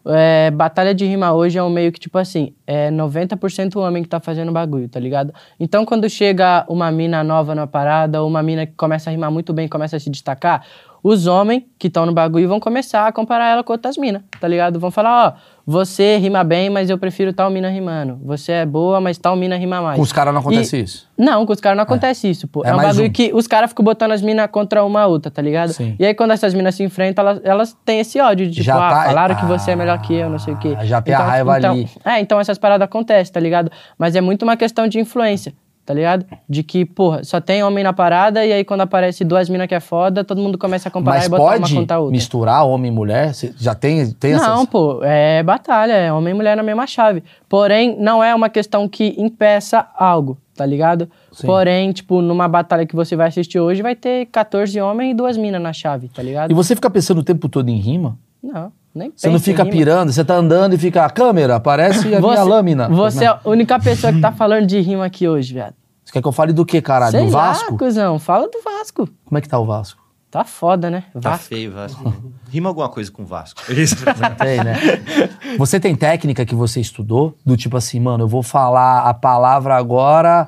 S3: é, batalha de rima hoje é um meio que, tipo assim, é 90% homem que tá fazendo bagulho, tá ligado? Então, quando chega uma mina nova na parada, ou uma mina que começa a rimar muito bem, começa a se destacar, os homens que estão no bagulho vão começar a comparar ela com outras minas, tá ligado? Vão falar, ó, você rima bem, mas eu prefiro tal mina rimando. Você é boa, mas tal mina rima mais.
S5: Com os caras não acontece
S3: E-
S5: isso?
S3: Não, com os caras não acontece isso, pô.
S5: É
S3: É, um
S5: mais
S3: bagulho
S5: um.
S3: que os caras ficam botando as minas contra uma a outra, tá ligado?
S5: Sim.
S3: E aí quando essas minas se enfrentam, elas, elas têm esse ódio de tipo,
S5: Já
S3: ah,
S5: tá-
S3: falaram que
S5: Ah,
S3: você é melhor que eu, não sei o quê.
S5: já tem a raiva
S3: então,
S5: ali.
S3: É, então essas paradas acontecem, tá ligado? Mas é muito uma questão de influência, tá ligado? De que, porra, só tem homem na parada e aí quando aparece duas minas que é foda, todo mundo começa a comparar
S5: Mas
S3: e botar uma
S5: pode
S3: contra a outra.
S5: misturar homem e mulher? Cê já tem, tem
S3: Não,
S5: essas?
S3: pô, é batalha, é homem e mulher na mesma chave. Porém, não é uma questão que impeça algo, tá ligado?
S5: Sim.
S3: Porém, tipo, numa batalha que você vai assistir hoje, vai ter 14 homens e duas minas na chave, tá ligado?
S5: E você fica pensando o tempo todo em rima?
S3: Não, nem
S5: Você não
S3: pensa em
S5: fica
S3: rima.
S5: pirando? Você tá andando e fica, a câmera, aparece a minha lâmina.
S3: Você é
S5: Não.
S3: a única pessoa que tá falando de rima aqui hoje, viado.
S5: Você quer que eu fale do que, caralho?
S3: Sei
S5: do
S3: lá,
S5: Tá Vasco?
S3: cuzão, fala do Vasco.
S5: Como é que tá o Vasco?
S3: Tá foda, né?
S2: Tá
S3: Vasco.
S2: feio, Vasco. Rima alguma coisa com Vasco. Isso.
S5: Tem, né? Você tem técnica que você estudou? Do tipo assim, mano, eu vou falar a palavra agora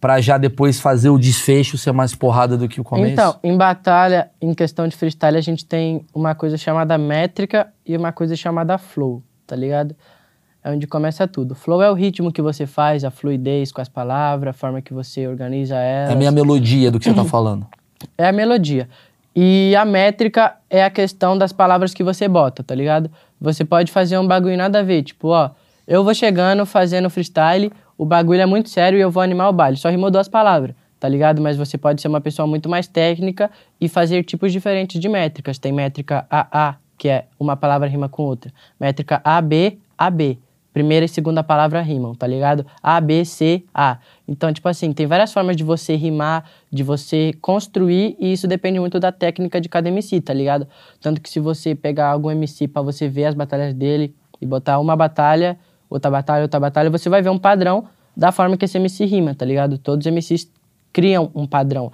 S5: pra já depois fazer o desfecho ser mais porrada do que o começo?
S3: Então, em batalha, em questão de freestyle, a gente tem uma coisa chamada métrica e uma coisa chamada flow, tá ligado? É onde começa tudo. Flow é o ritmo que você faz, a fluidez com as palavras, a forma que você organiza
S5: É
S3: elas.
S5: a minha melodia do que você tá falando.
S3: É a melodia. E a métrica é a questão das palavras que você bota, tá ligado? Você pode fazer um bagulho nada a ver, tipo, ó, eu vou chegando fazendo freestyle, o bagulho é muito sério e eu vou animar o baile. Só rimou duas palavras, tá ligado? Mas você pode ser uma pessoa muito mais técnica e fazer tipos diferentes de métricas. Tem métrica AA, que é uma palavra rima com outra. Métrica AB, AB. Primeira e segunda palavra rimam, tá ligado? A, B, C, A. Então, tipo assim, tem várias formas de você rimar, de você construir, e isso depende muito da técnica de cada MC, tá ligado? Tanto que se você pegar algum MC pra você ver as batalhas dele e botar uma batalha, outra batalha, outra batalha, você vai ver um padrão da forma que esse MC rima, tá ligado? Todos os MCs criam um padrão.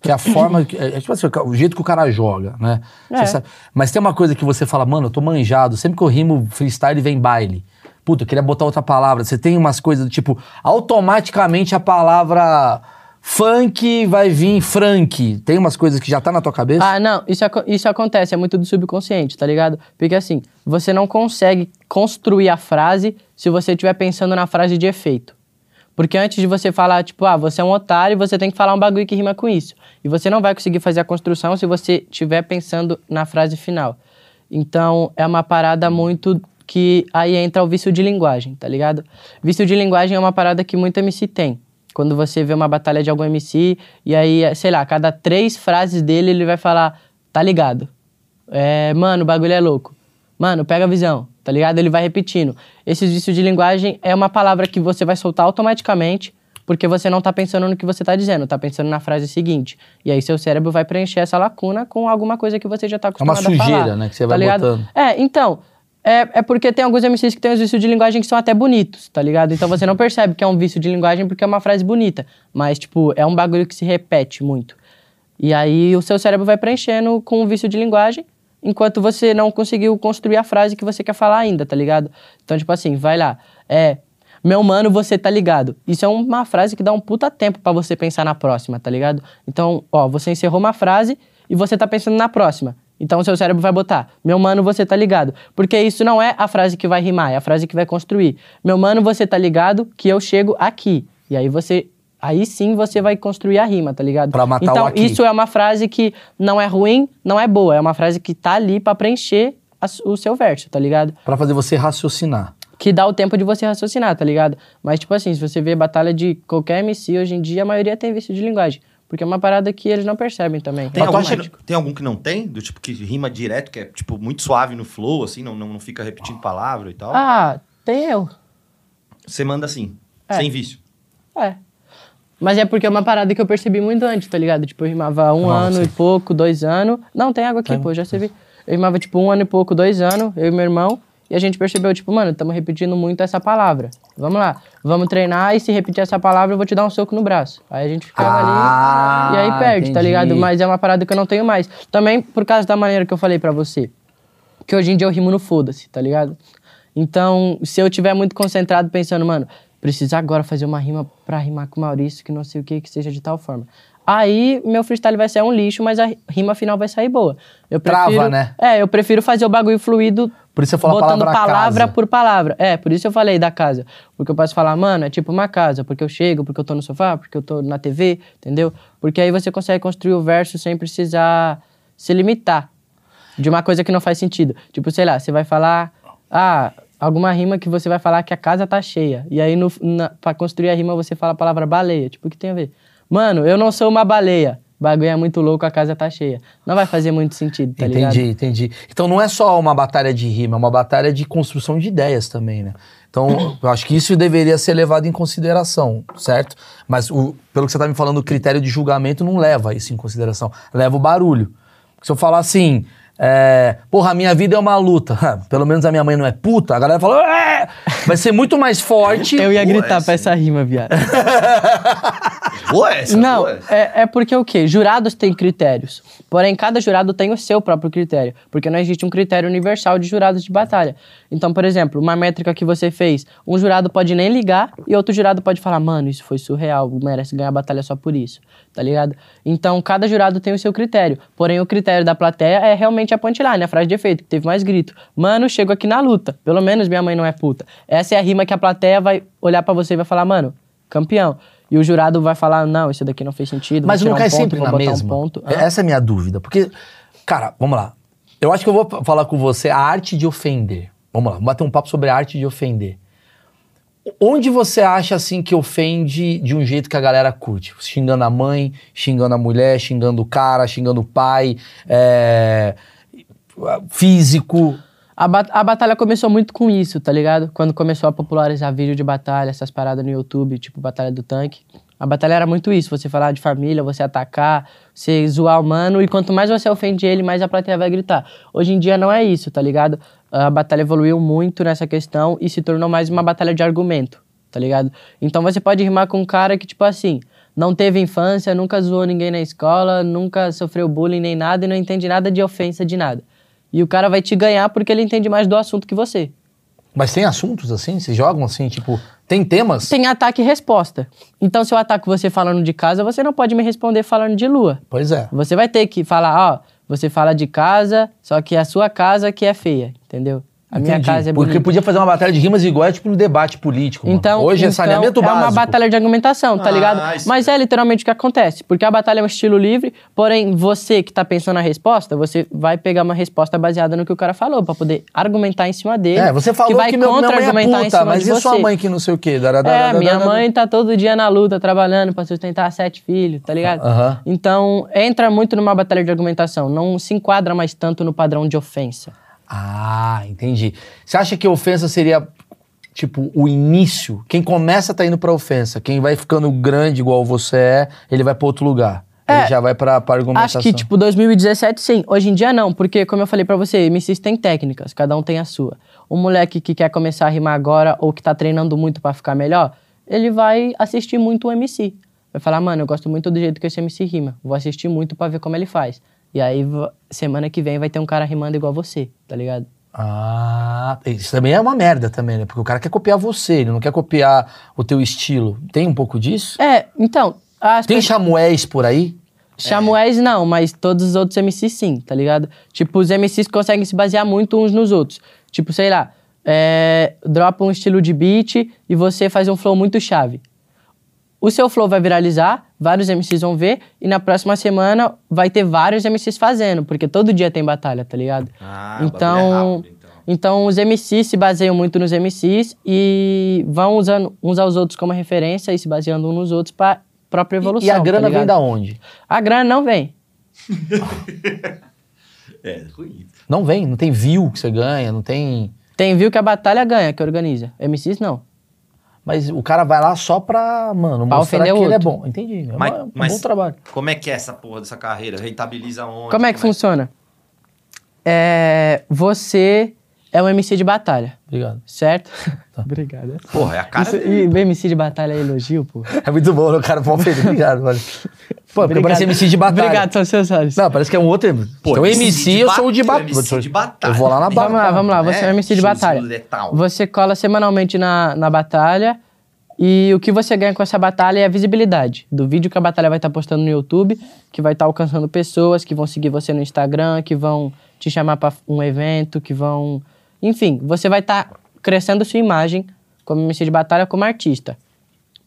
S5: Que é a forma. que- É, é tipo assim, o jeito que o cara joga, né? Você
S3: É.
S5: sabe- Mas tem uma coisa que você fala, mano, eu tô manjado. Sempre que eu rimo freestyle, vem baile. Puta, eu queria botar outra palavra. Você tem umas coisas do tipo, automaticamente a palavra funk vai vir frank. Tem umas coisas que já tá na tua cabeça?
S3: Ah, não, isso, aco- isso acontece, é muito do subconsciente, tá ligado? Porque assim, você não consegue construir a frase se você estiver pensando na frase de efeito. Porque antes de você falar, tipo, ah, você é um otário, você tem que falar um bagulho que rima com isso. E você não vai conseguir fazer a construção se você estiver pensando na frase final. Então, é uma parada muito que aí entra o vício de linguagem, tá ligado? Vício de linguagem é uma parada que muito MC tem. Quando você vê uma batalha de algum MC, e aí, sei lá, a cada três frases dele ele vai falar, tá ligado? É, mano, o bagulho é louco. Mano, pega a visão, tá ligado? Ele vai repetindo. Esse vício de linguagem é uma palavra que você vai soltar automaticamente, porque você não tá pensando no que você tá dizendo, tá pensando na frase seguinte. E aí seu cérebro vai preencher essa lacuna com alguma coisa que você já tá
S5: É uma
S3: acostumado a falar.
S5: sujeira, né? Que você vai
S3: ligado?
S5: botando.
S3: É, então. É, é porque tem alguns MCs que têm os vícios de linguagem que são até bonitos, tá ligado? Então você não percebe que é um vício de linguagem porque é uma frase bonita. Mas, tipo, é um bagulho que se repete muito. E aí o seu cérebro vai preenchendo com o vício de linguagem enquanto você não conseguiu construir a frase que você quer falar ainda, tá ligado? Então, tipo assim, vai lá. É. Meu mano, você tá ligado. Isso é uma frase que dá um puta tempo pra você pensar na próxima, tá ligado? Então, ó, você encerrou uma frase e você tá pensando na próxima. Então, seu cérebro vai botar, meu mano, você tá ligado. Porque isso não é a frase que vai rimar, é a frase que vai construir. Meu mano, você tá ligado que eu chego aqui. E aí você. Aí sim você vai construir a rima, tá ligado?
S5: Pra matar o
S3: então,
S5: aqui.
S3: isso é uma frase que não é ruim, não é boa. É uma frase que tá ali pra preencher a su- o seu verso, tá ligado?
S5: Pra fazer você raciocinar.
S3: que dá o tempo de você raciocinar, tá ligado? Mas, tipo assim, se você vê batalha de qualquer MC hoje em dia, a maioria tem vício de linguagem. Porque é uma parada que eles não percebem também.
S2: Tem algum, que,
S3: automático.
S2: não- tem algum que não tem? Do tipo que rima direto, que é tipo muito suave no flow, assim, não, não, não fica repetindo palavra e tal.
S3: Ah, tem eu.
S2: Você manda assim,
S3: É.
S2: sem vício.
S3: É. Mas é porque é uma parada que eu percebi muito antes, tá ligado? Tipo, eu rimava um
S5: Nossa.
S3: ano e pouco, dois anos. Não, tem água aqui, pô, já servi. Eu rimava, tipo, um ano e pouco, dois anos, eu e meu irmão. E a gente percebeu, tipo, mano, estamos repetindo muito essa palavra. Vamos lá, vamos treinar e se repetir essa palavra, eu vou te dar um soco no braço. Aí a gente ficava
S5: Ah,
S3: ali e aí perde, tá
S5: entendi.
S3: ligado? Mas é uma parada que eu não tenho mais. Também por causa da maneira que eu falei pra você. Que hoje em dia eu rimo no foda-se, tá ligado? Então, se eu tiver muito concentrado pensando, mano, preciso agora fazer uma rima pra rimar com o Maurício, que não sei o que, que seja de tal forma. Aí meu freestyle vai ser um lixo, mas a ri- rima final vai sair boa. Eu
S5: Trava,
S3: prefiro,
S5: né?
S3: É, eu prefiro fazer o bagulho fluido.
S5: Por isso você fala a
S3: botando
S5: palavra casa.
S3: por palavra. É, por isso eu falei da casa. Porque eu posso falar, mano, é tipo uma casa, porque eu chego, porque eu tô no sofá, porque eu tô na TV, entendeu? Porque aí você consegue construir o verso sem precisar se limitar de uma coisa que não faz sentido. Tipo, sei lá, você vai falar. Ah, alguma rima que você vai falar que a casa tá cheia. E aí, no, na, pra construir a rima, você fala a palavra baleia. Tipo, o que tem a ver? Mano, eu não sou uma baleia. Bagulho é muito louco, a casa tá cheia. Não vai fazer muito sentido, tá ligado?
S5: entendi, entendi. Então não é só uma batalha de rima, é uma batalha de construção de ideias também, né? Então, eu acho que isso deveria ser levado em consideração, certo? Mas o- pelo que você tá me falando, o critério de julgamento não leva isso em consideração. Leva o barulho. Se eu falar assim, é, porra, a minha vida é uma luta. Pelo menos a minha mãe não é puta, a galera fala. "É!" Vai ser muito mais forte.
S3: Eu ia gritar
S2: essa,
S3: pra essa rima, viado.
S2: Boa essa,
S3: Não,
S2: boa essa.
S3: é, é porque o quê? Jurados têm critérios. Porém, cada jurado tem o seu próprio critério. Porque não existe um critério universal de jurados de batalha. Então, por exemplo, uma métrica que você fez, um jurado pode nem ligar e outro jurado pode falar, mano, isso foi surreal, merece ganhar a batalha só por isso. Tá ligado? Então, cada jurado tem o seu critério. Porém, o critério da plateia é realmente a punchline, a frase de efeito, que teve mais grito. Mano, chego aqui na luta. Pelo menos minha mãe não é puta. Essa é a rima que a plateia vai olhar pra você e vai falar, mano, campeão. E o jurado vai falar, não, isso daqui não fez sentido.
S5: Mas
S3: vou
S5: não
S3: tirar
S5: cai
S3: um ponto,
S5: sempre
S3: vou
S5: na
S3: botar um
S5: mesma.
S3: ponto.
S5: É-
S3: Hã?
S5: Essa é a minha dúvida. Porque, cara, vamos lá. Eu acho que eu vou p- falar com você a arte de ofender. Vamos lá, vamos bater um papo sobre a arte de ofender. Onde você acha, assim, que ofende de um jeito que a galera curte? Xingando a mãe, xingando a mulher, xingando o cara, xingando o pai, é, físico.
S3: A, ba- a batalha começou muito com isso, tá ligado? Quando começou a popularizar vídeo de batalha, essas paradas no YouTube, tipo Batalha do Tanque. A batalha era muito isso, você falar de família, você atacar, você zoar o mano, e quanto mais você ofende ele, mais a plateia vai gritar. Hoje em dia não é isso, tá ligado? A batalha evoluiu muito nessa questão e se tornou mais uma batalha de argumento, tá ligado? Então você pode rimar com um cara que, tipo assim, não teve infância, nunca zoou ninguém na escola, nunca sofreu bullying nem nada e não entende nada de ofensa de nada. E o cara vai te ganhar porque ele entende mais do assunto que você.
S5: Mas tem assuntos, assim? Vocês jogam, assim, tipo... Tem temas?
S3: Tem ataque e resposta. Então, se eu ataco você falando de casa, você não pode me responder falando de lua.
S5: Pois é.
S3: Você vai ter que falar, ó, você fala de casa, só que é a sua casa que é feia, entendeu? A minha
S5: Entendi.
S3: casa é
S5: Porque
S3: bonita.
S5: podia fazer uma batalha de rimas igual é tipo um debate político. mano.
S3: Então,
S5: Hoje é
S3: então,
S5: saneamento básico.
S3: É uma batalha de argumentação, tá
S2: Ah,
S3: ligado?
S2: isso
S3: Mas é literalmente o que acontece. Porque a batalha é um estilo livre, porém, você que tá pensando na resposta, você vai pegar uma resposta baseada no que o cara falou, pra poder argumentar em cima dele.
S5: É, você falou que,
S3: vai
S5: meu, minha mãe é
S3: contra-argumentar em
S5: puta,
S3: cima
S5: mas
S3: de
S5: e sua
S3: você.
S5: mãe que não sei o quê?
S3: É,
S5: Dararararara.
S3: minha mãe tá todo dia na luta, trabalhando pra sustentar sete filhos, tá ligado?
S5: Aham.
S3: Então, entra muito numa batalha de argumentação. Não se enquadra mais tanto no padrão de ofensa.
S5: Ah, entendi. Você acha que ofensa seria, tipo, o início? Quem começa tá indo pra ofensa. Quem vai ficando grande igual você é, ele vai pra outro lugar.
S3: É,
S5: ele já vai pra, pra argumentação.
S3: Acho que, tipo, 2017 sim. Hoje em dia não, porque, como eu falei pra você, MCs têm técnicas, cada um tem a sua. O moleque que quer começar a rimar agora ou que tá treinando muito pra ficar melhor, ele vai assistir muito o MC. Vai falar, mano, eu gosto muito do jeito que esse MC rima. Vou assistir muito pra ver como ele faz. E aí, va- semana que vem vai ter um cara rimando igual você, tá ligado?
S5: Ah, isso também é uma merda também, né? Porque o cara quer copiar você, ele não quer copiar o teu estilo. Tem um pouco disso?
S3: É, então, as
S5: Tem chamués por aí?
S3: Chamués não, mas todos os outros MCs sim, tá ligado? Tipo, os MCs conseguem se basear muito uns nos outros. Tipo, sei lá, é, dropa um estilo de beat e você faz um flow muito chave. O seu flow vai viralizar, vários MCs vão ver, e na próxima semana vai ter vários MCs fazendo, porque todo dia tem batalha, tá ligado?
S2: Ah, o bagulho é
S3: então,
S2: rápido, então.
S3: então os MCs se baseiam muito nos MCs e vão usando uns aos outros como referência e se baseando uns nos outros pra própria evolução.
S5: e a grana
S3: tá
S5: vem
S3: ligado?
S5: da onde?
S3: A grana não vem.
S2: É, ruim.
S5: Não vem, não tem view que você ganha, não tem.
S3: Tem viu que a batalha ganha, que organiza. MCs não.
S5: Mas o cara vai lá só pra, mano,
S3: Pra
S5: mostrar que
S3: ofender o
S5: ele é
S3: outro.
S5: bom. Entendi. É
S2: Mas-
S5: uma- um
S2: mas-
S5: bom trabalho.
S2: Como é que é essa porra dessa carreira? Rentabiliza onde?
S3: Como é que funciona? É, você é um MC de batalha,
S5: Obrigado.
S3: certo? Obrigado.
S2: Porra, é a cara
S3: Isso,
S2: dele.
S3: e MC de batalha é elogio, pô.
S5: É muito bom, né? o cara mó feliz. Obrigado, valeu. Pô, é
S3: tá
S5: porque
S3: Obrigado.
S5: parece MC de batalha.
S3: Obrigado, são seus olhos.
S5: Não, parece que é um outro.
S2: Pô,
S5: então, MC,
S2: de
S5: eu sou o de
S2: bat-
S5: batalha.
S2: MC de batalha.
S5: Eu vou lá na
S2: Vamos
S5: batalha.
S3: Vamos lá, vamos lá. Você é,
S2: É,
S3: um MC de
S2: chuzinho
S3: batalha.
S2: letal.
S3: Você cola semanalmente na, na batalha. E o que você ganha com essa batalha é a visibilidade do vídeo que a batalha vai estar postando no YouTube, que vai estar alcançando pessoas, que vão seguir você no Instagram, que vão te chamar para um evento, que vão. Enfim, você vai estar crescendo sua imagem como MC de batalha, como artista,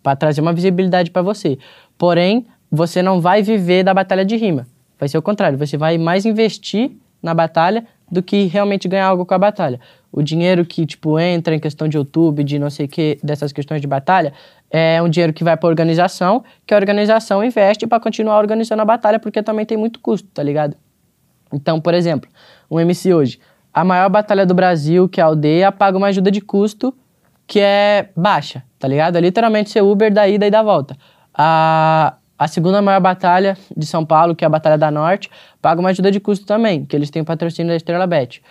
S3: para trazer uma visibilidade para você. Porém, você não vai viver da batalha de rima. Vai ser o contrário, você vai mais investir na batalha do que realmente ganhar algo com a batalha. O dinheiro que, tipo, entra em questão de YouTube, de não sei o que, dessas questões de batalha, é um dinheiro que vai pra organização, que a organização investe para continuar organizando a batalha, porque também tem muito custo, tá ligado? Então, por exemplo, um MC hoje, a maior batalha do Brasil, que é a aldeia, paga uma ajuda de custo que é baixa, tá ligado? É literalmente ser Uber da ida e da volta. A, a segunda maior batalha de São Paulo, que é a Batalha da Norte, paga uma ajuda de custo também, que eles têm o patrocínio da Estrela Bet.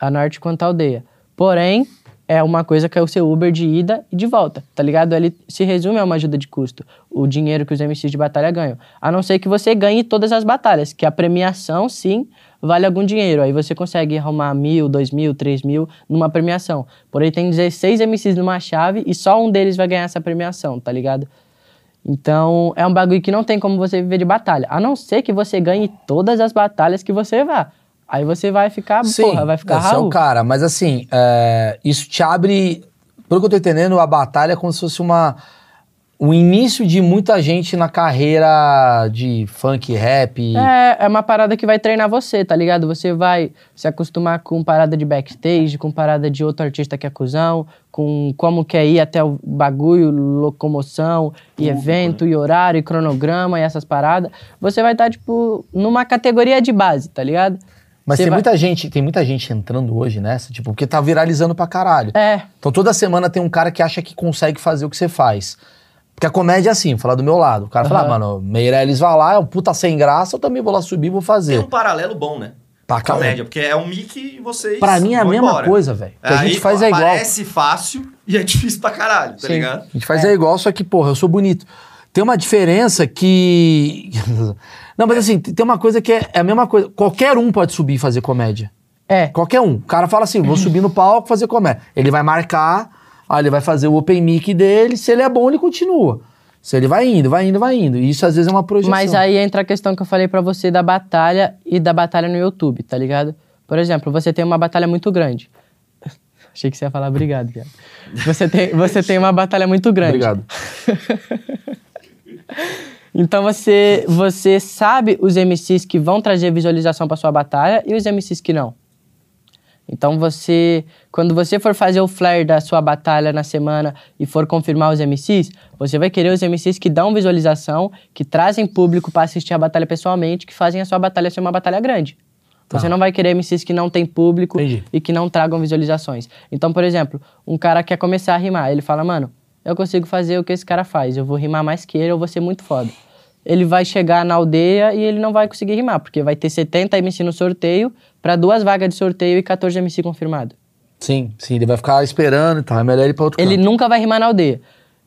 S3: A Norte quanto à aldeia. Porém, é uma coisa que é o seu Uber de ida e de volta, tá ligado? Ele se resume a uma ajuda de custo, o dinheiro que os MCs de batalha ganham. A não ser que você ganhe todas as batalhas, que a premiação, sim, vale algum dinheiro. Aí você consegue arrumar mil, dois mil, três mil numa premiação. Porém, tem 16 MCs numa chave e só um deles vai ganhar essa premiação, tá ligado? Então, é um bagulho que não tem como você viver de batalha. A não ser que você ganhe todas as batalhas que você vá. Aí você vai ficar, porra, vai ficar
S5: esse é
S3: Raul.
S5: o cara. Mas assim, é, isso te abre. Pelo que eu tô entendendo, a batalha é como se fosse uma. O início de muita gente na carreira de funk, rap.
S3: É, é uma parada que vai treinar você, tá ligado? Você vai se acostumar com parada de backstage, com parada de outro artista que é cuzão, com como quer ir até o bagulho, locomoção, e evento, e horário, e cronograma, e essas paradas. Você vai estar, tipo, numa categoria de base, tá ligado?
S5: Mas
S3: Você
S5: tem
S3: vai-
S5: muita gente, tem muita gente entrando hoje nessa, tipo, porque tá viralizando pra caralho.
S3: É,
S5: Então toda semana tem um cara que acha que consegue fazer o que você faz. Porque a comédia é assim, vou falar do meu lado. O cara fala,
S3: Aham.
S5: ah, mano, Meirelles vai lá, é um puta sem graça, eu também vou lá subir e vou
S2: Tem
S5: fazer.
S2: um paralelo bom, né?
S5: Pra caralho.
S2: Comédia, porque é um mic e vocês.
S5: Pra mim é a
S2: vão
S5: mesma
S2: embora.
S5: coisa, velho. O que a
S2: Aí
S5: gente faz é igual.
S2: Parece fácil e é difícil pra caralho, tá
S3: Sim.
S2: ligado?
S5: A gente faz é. igual, só que, porra, eu sou bonito. Tem uma diferença que. Não, mas assim, tem uma coisa que é, é a mesma coisa. Qualquer um pode subir e fazer comédia.
S3: é.
S5: Qualquer um. O cara fala assim: vou subir no palco fazer comédia. Ele vai marcar, aí ele vai fazer o open mic dele. Se ele é bom, ele continua. Se ele vai indo, vai indo, vai indo. E isso às vezes é uma projeção.
S3: Mas aí entra a questão que eu falei pra você da batalha e da batalha no YouTube, tá ligado? Por exemplo, você tem uma batalha muito grande. Achei que você ia falar obrigado, viado. Você tem, você tem uma batalha muito grande.
S5: Obrigado.
S3: Então você, você sabe os MCs que vão trazer visualização para sua batalha e os MCs que não. Então você, quando você for fazer o flare da sua batalha na semana e for confirmar os MCs, você vai querer os MCs que dão visualização, que trazem público para assistir a batalha pessoalmente, que fazem a sua batalha ser uma batalha grande. Então Você não vai querer MCs que não tem público
S5: Entendi.
S3: e que não tragam visualizações. Então, por exemplo, um cara quer começar a rimar, ele fala, mano, eu consigo fazer o que esse cara faz, eu vou rimar mais que ele, eu vou ser muito foda. Ele vai chegar na aldeia e ele não vai conseguir rimar, porque vai ter 70 MC no sorteio, pra duas vagas de sorteio e 14 MC confirmado.
S5: Sim, sim, ele vai ficar esperando e tal. É melhor ir pra outro
S3: Ele
S5: canto.
S3: nunca vai rimar na aldeia.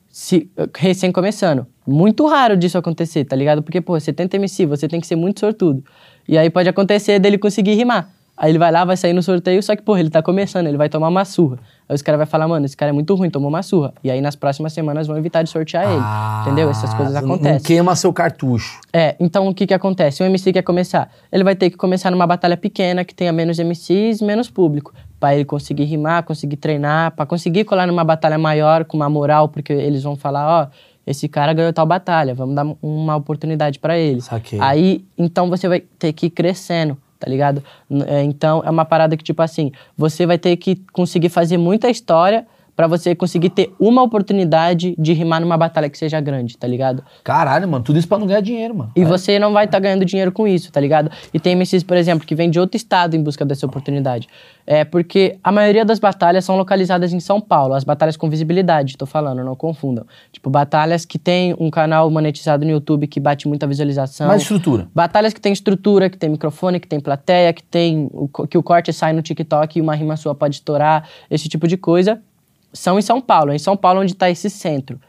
S3: Se, recém começando. Muito raro disso acontecer, tá ligado? Porque, pô, 70 MC, você tem que ser muito sortudo. E aí pode acontecer dele conseguir rimar. Aí ele vai lá, vai sair no sorteio, só que, porra, ele tá começando, ele vai tomar uma surra. Aí os caras vão falar, mano, esse cara é muito ruim, tomou uma surra. E aí nas próximas semanas vão evitar de sortear
S5: Ah,
S3: ele. Entendeu? Essas coisas
S5: não- Não
S3: acontecem.
S5: queima seu cartucho.
S3: É, então o que que acontece? O MC quer começar. Ele vai ter que começar numa batalha pequena, que tenha menos MCs, menos público. Pra ele conseguir rimar, conseguir treinar, pra conseguir colar numa batalha maior, com uma moral, porque eles vão falar, ó, esse cara ganhou tal batalha, vamos dar uma oportunidade pra ele.
S5: Saquei.
S3: Aí, então você vai ter que ir crescendo, tá ligado? N- é, Então é uma parada que, tipo assim, você vai ter que conseguir fazer muita história pra você conseguir ter uma oportunidade de rimar numa batalha que seja grande, tá ligado?
S5: Caralho, mano, tudo isso pra não ganhar dinheiro, mano.
S3: E você não vai estar ganhando dinheiro com isso, tá ligado? E tem MCs, por exemplo, que vem de outro estado em busca dessa oportunidade. É porque a maioria das batalhas são localizadas em São Paulo, as batalhas com visibilidade, tô falando, não confundam. Tipo, batalhas que tem um canal monetizado no YouTube que bate muita visualização.
S5: Mais estrutura.
S3: Batalhas que tem estrutura, que tem microfone, que tem plateia, que tem o co- que o corte sai no TikTok e uma rima sua pode estourar, esse tipo de coisa, são em São Paulo. É em São Paulo onde está esse centro.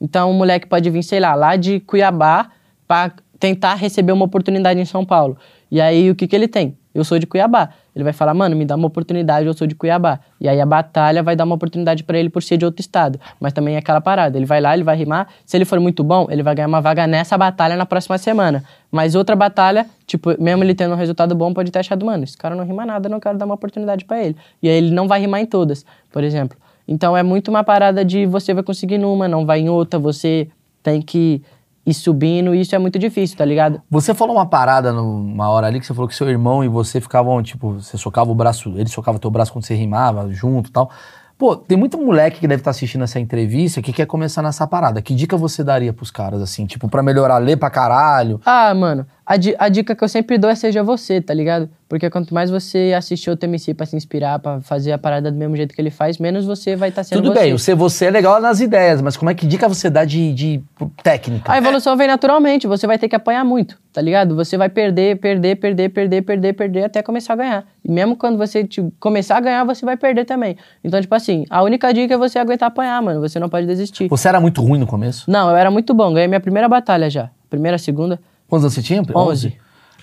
S3: Então, um moleque pode vir, sei lá, lá de Cuiabá para tentar receber uma oportunidade em São Paulo. E aí, o que, que ele tem? Eu sou de Cuiabá. Ele vai falar, mano, me dá uma oportunidade, eu sou de Cuiabá. E aí a batalha vai dar uma oportunidade para ele por ser de outro estado. Mas também é aquela parada. Ele vai lá, ele vai rimar. Se ele for muito bom, ele vai ganhar uma vaga nessa batalha na próxima semana. Mas outra batalha, tipo, mesmo ele tendo um resultado bom, pode ter achado, mano, esse cara não rima nada, eu não quero dar uma oportunidade para ele. E aí ele não vai rimar em todas, por exemplo. Então é muito uma parada de você vai conseguir numa, não vai em outra, você tem que ir subindo, e isso é muito difícil, tá ligado?
S5: Você falou uma parada numa hora ali que você falou que seu irmão e você ficavam, tipo, você socava o braço, ele socava teu braço quando você rimava junto e tal. Pô, tem muito moleque que deve estar assistindo essa entrevista que quer começar nessa parada. Que dica você daria pros caras, assim, tipo, pra melhorar, ler pra caralho?
S3: Ah, mano, a, di- a dica que eu sempre dou é seja você, tá ligado? Porque quanto mais você assistir outro MC pra se inspirar, pra fazer a parada do mesmo jeito que ele faz, menos você vai estar sendo
S5: Tudo
S3: você.
S5: bem, o ser você é legal nas ideias, mas como é que dica você dá de, de técnica?
S3: A evolução vem naturalmente, você vai ter que apanhar muito, tá ligado? Você vai perder, perder, perder, perder, perder, perder até começar a ganhar. E mesmo quando você tipo, começar a ganhar, você vai perder também. Então, tipo assim, a única dica é você aguentar apanhar, mano. Você não pode desistir.
S5: Você era muito ruim no começo?
S3: Não, eu era muito bom, ganhei minha primeira batalha já. Primeira, segunda.
S5: Quantos anos você tinha?
S3: Onze.
S5: Onze?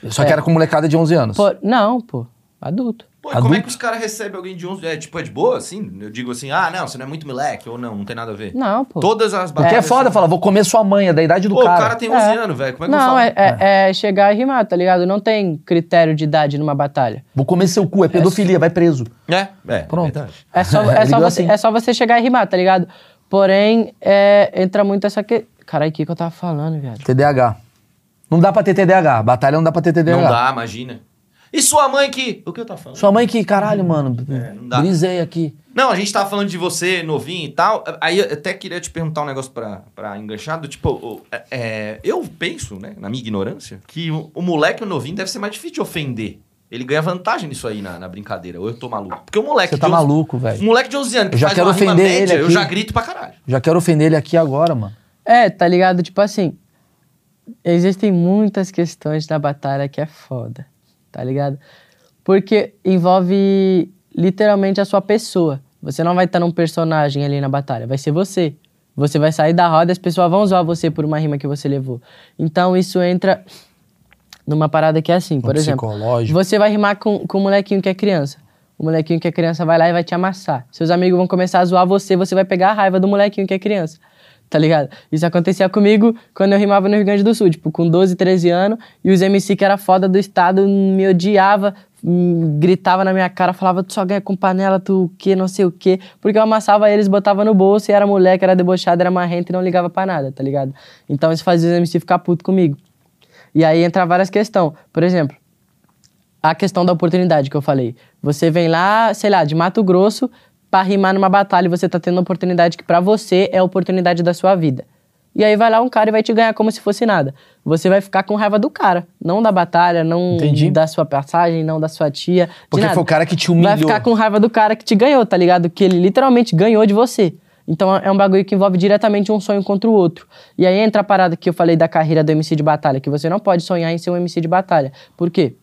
S5: É. Só que era com molecada de 11 anos.
S3: Pô, não, pô, adulto.
S2: Pô, e como é
S5: Adulto?
S2: que os caras recebem alguém de 11? É, tipo, é de boa, assim? Eu digo assim, ah, não, você não é muito moleque, ou não, não tem nada a ver.
S3: Não, pô.
S2: Todas as
S5: Porque é foda, fala, vou comer sua mãe, é da idade do
S2: Pô, o
S5: cara.
S2: cara tem 11
S3: É.
S2: anos, velho, como é que eu
S3: Não,
S2: falo?
S3: é, é- é chegar e rimar, tá ligado? Não tem critério de idade numa batalha.
S5: Vou comer seu cu, é pedofilia, vai preso.
S2: É, é,
S5: Pronto.
S2: verdade.
S3: É só, é,
S5: Ele
S3: só
S5: deu
S3: você,
S5: assim.
S3: é só você chegar e rimar, tá ligado? Porém, é, entra muito essa que. Caralho, o que, que eu tava falando, viado?
S5: TDAH. Não dá pra ter TDAH. Batalha não dá pra ter TDAH.
S2: Não dá, imagina. E sua mãe que... O que eu tava falando?
S5: Sua mãe que, caralho, mano,
S2: É, não dá.
S5: brisei aqui.
S2: Não, a gente tava falando de você, novinho e tal. Aí eu até queria te perguntar um negócio pra, pra enganchado. Tipo, o- é- é, eu penso, né, na minha ignorância, que o, o moleque, o novinho, deve ser mais difícil de ofender. Ele ganha vantagem nisso aí na, na brincadeira. Ou eu tô maluco. Porque o moleque.
S5: Você tá
S2: de 11
S5: maluco, velho.
S2: Um moleque de 11 anos que
S5: Eu já
S2: faz
S5: quero
S2: uma rima
S5: ofender ele
S2: média, eu
S5: aqui.
S2: já grito pra caralho.
S5: Já quero ofender ele aqui agora, mano.
S3: É, tá ligado? Tipo assim, existem muitas questões na batalha que é foda, tá ligado? Porque envolve literalmente a sua pessoa. Você não vai estar num personagem ali na batalha, vai ser você. Você vai sair da roda e as pessoas vão zoar você por uma rima que você levou. Então isso entra numa parada que é assim, por exemplo.
S5: psicológico.
S3: Você vai rimar com, com o molequinho que é criança. O molequinho que é criança vai lá e vai te amassar. Seus amigos vão começar a zoar você, você vai pegar a raiva do molequinho que é criança. Tá ligado? Isso acontecia comigo quando eu rimava no Rio Grande do Sul, tipo, com 12, 13 anos, e os MC que era foda do estado me odiava, hum, gritava na minha cara, falava, tu só ganha com panela, tu o quê, não sei o quê. Porque eu amassava eles, botava no bolso e era moleque, era debochado, era marrento e não ligava pra nada, tá ligado? Então isso fazia os MC ficar puto comigo. E aí entra várias questões. Por exemplo, a questão da oportunidade que eu falei. Você vem lá, sei lá, de Mato Grosso pra rimar numa batalha e você tá tendo uma oportunidade que pra você é a oportunidade da sua vida. E aí vai lá um cara e vai te ganhar como se fosse nada. Você vai ficar com raiva do cara, não da batalha, não
S5: Entendi.
S3: da sua passagem, não da sua tia. de
S5: Porque
S3: nada.
S5: foi o cara que te
S3: Vai
S5: humilhou.
S3: ficar com raiva do cara que te ganhou, tá ligado? Que ele literalmente ganhou de você. Então é um bagulho que envolve diretamente um sonho contra o outro. E aí entra a parada que eu falei da carreira do MC de batalha, que você não pode sonhar em ser um MC de batalha. Por quê?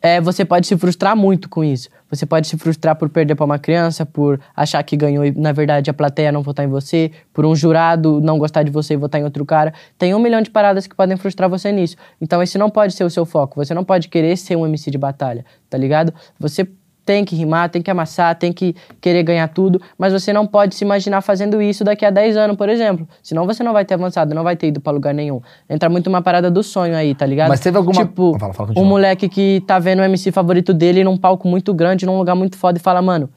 S3: é, você pode se frustrar muito com isso. Você pode se frustrar por perder para uma criança, por achar que ganhou e, na verdade, a plateia não votar em você, por um jurado não gostar de você e votar em outro cara. Tem um milhão de paradas que podem frustrar você nisso. Então, esse não pode ser o seu foco. Você não pode querer ser um MC de batalha, tá ligado? Você tem que rimar, tem que amassar, tem que querer ganhar tudo, mas você não pode se imaginar fazendo isso daqui a 10 anos, por exemplo. Senão você não vai ter avançado, não vai ter ido para lugar nenhum. Entra muito uma parada do sonho aí, tá ligado?
S5: Mas teve alguma-
S3: Tipo,
S5: Fala, fala,
S3: um
S5: continua.
S3: moleque moleque que tá vendo o MC favorito dele num palco muito grande, num lugar muito foda e fala, mano,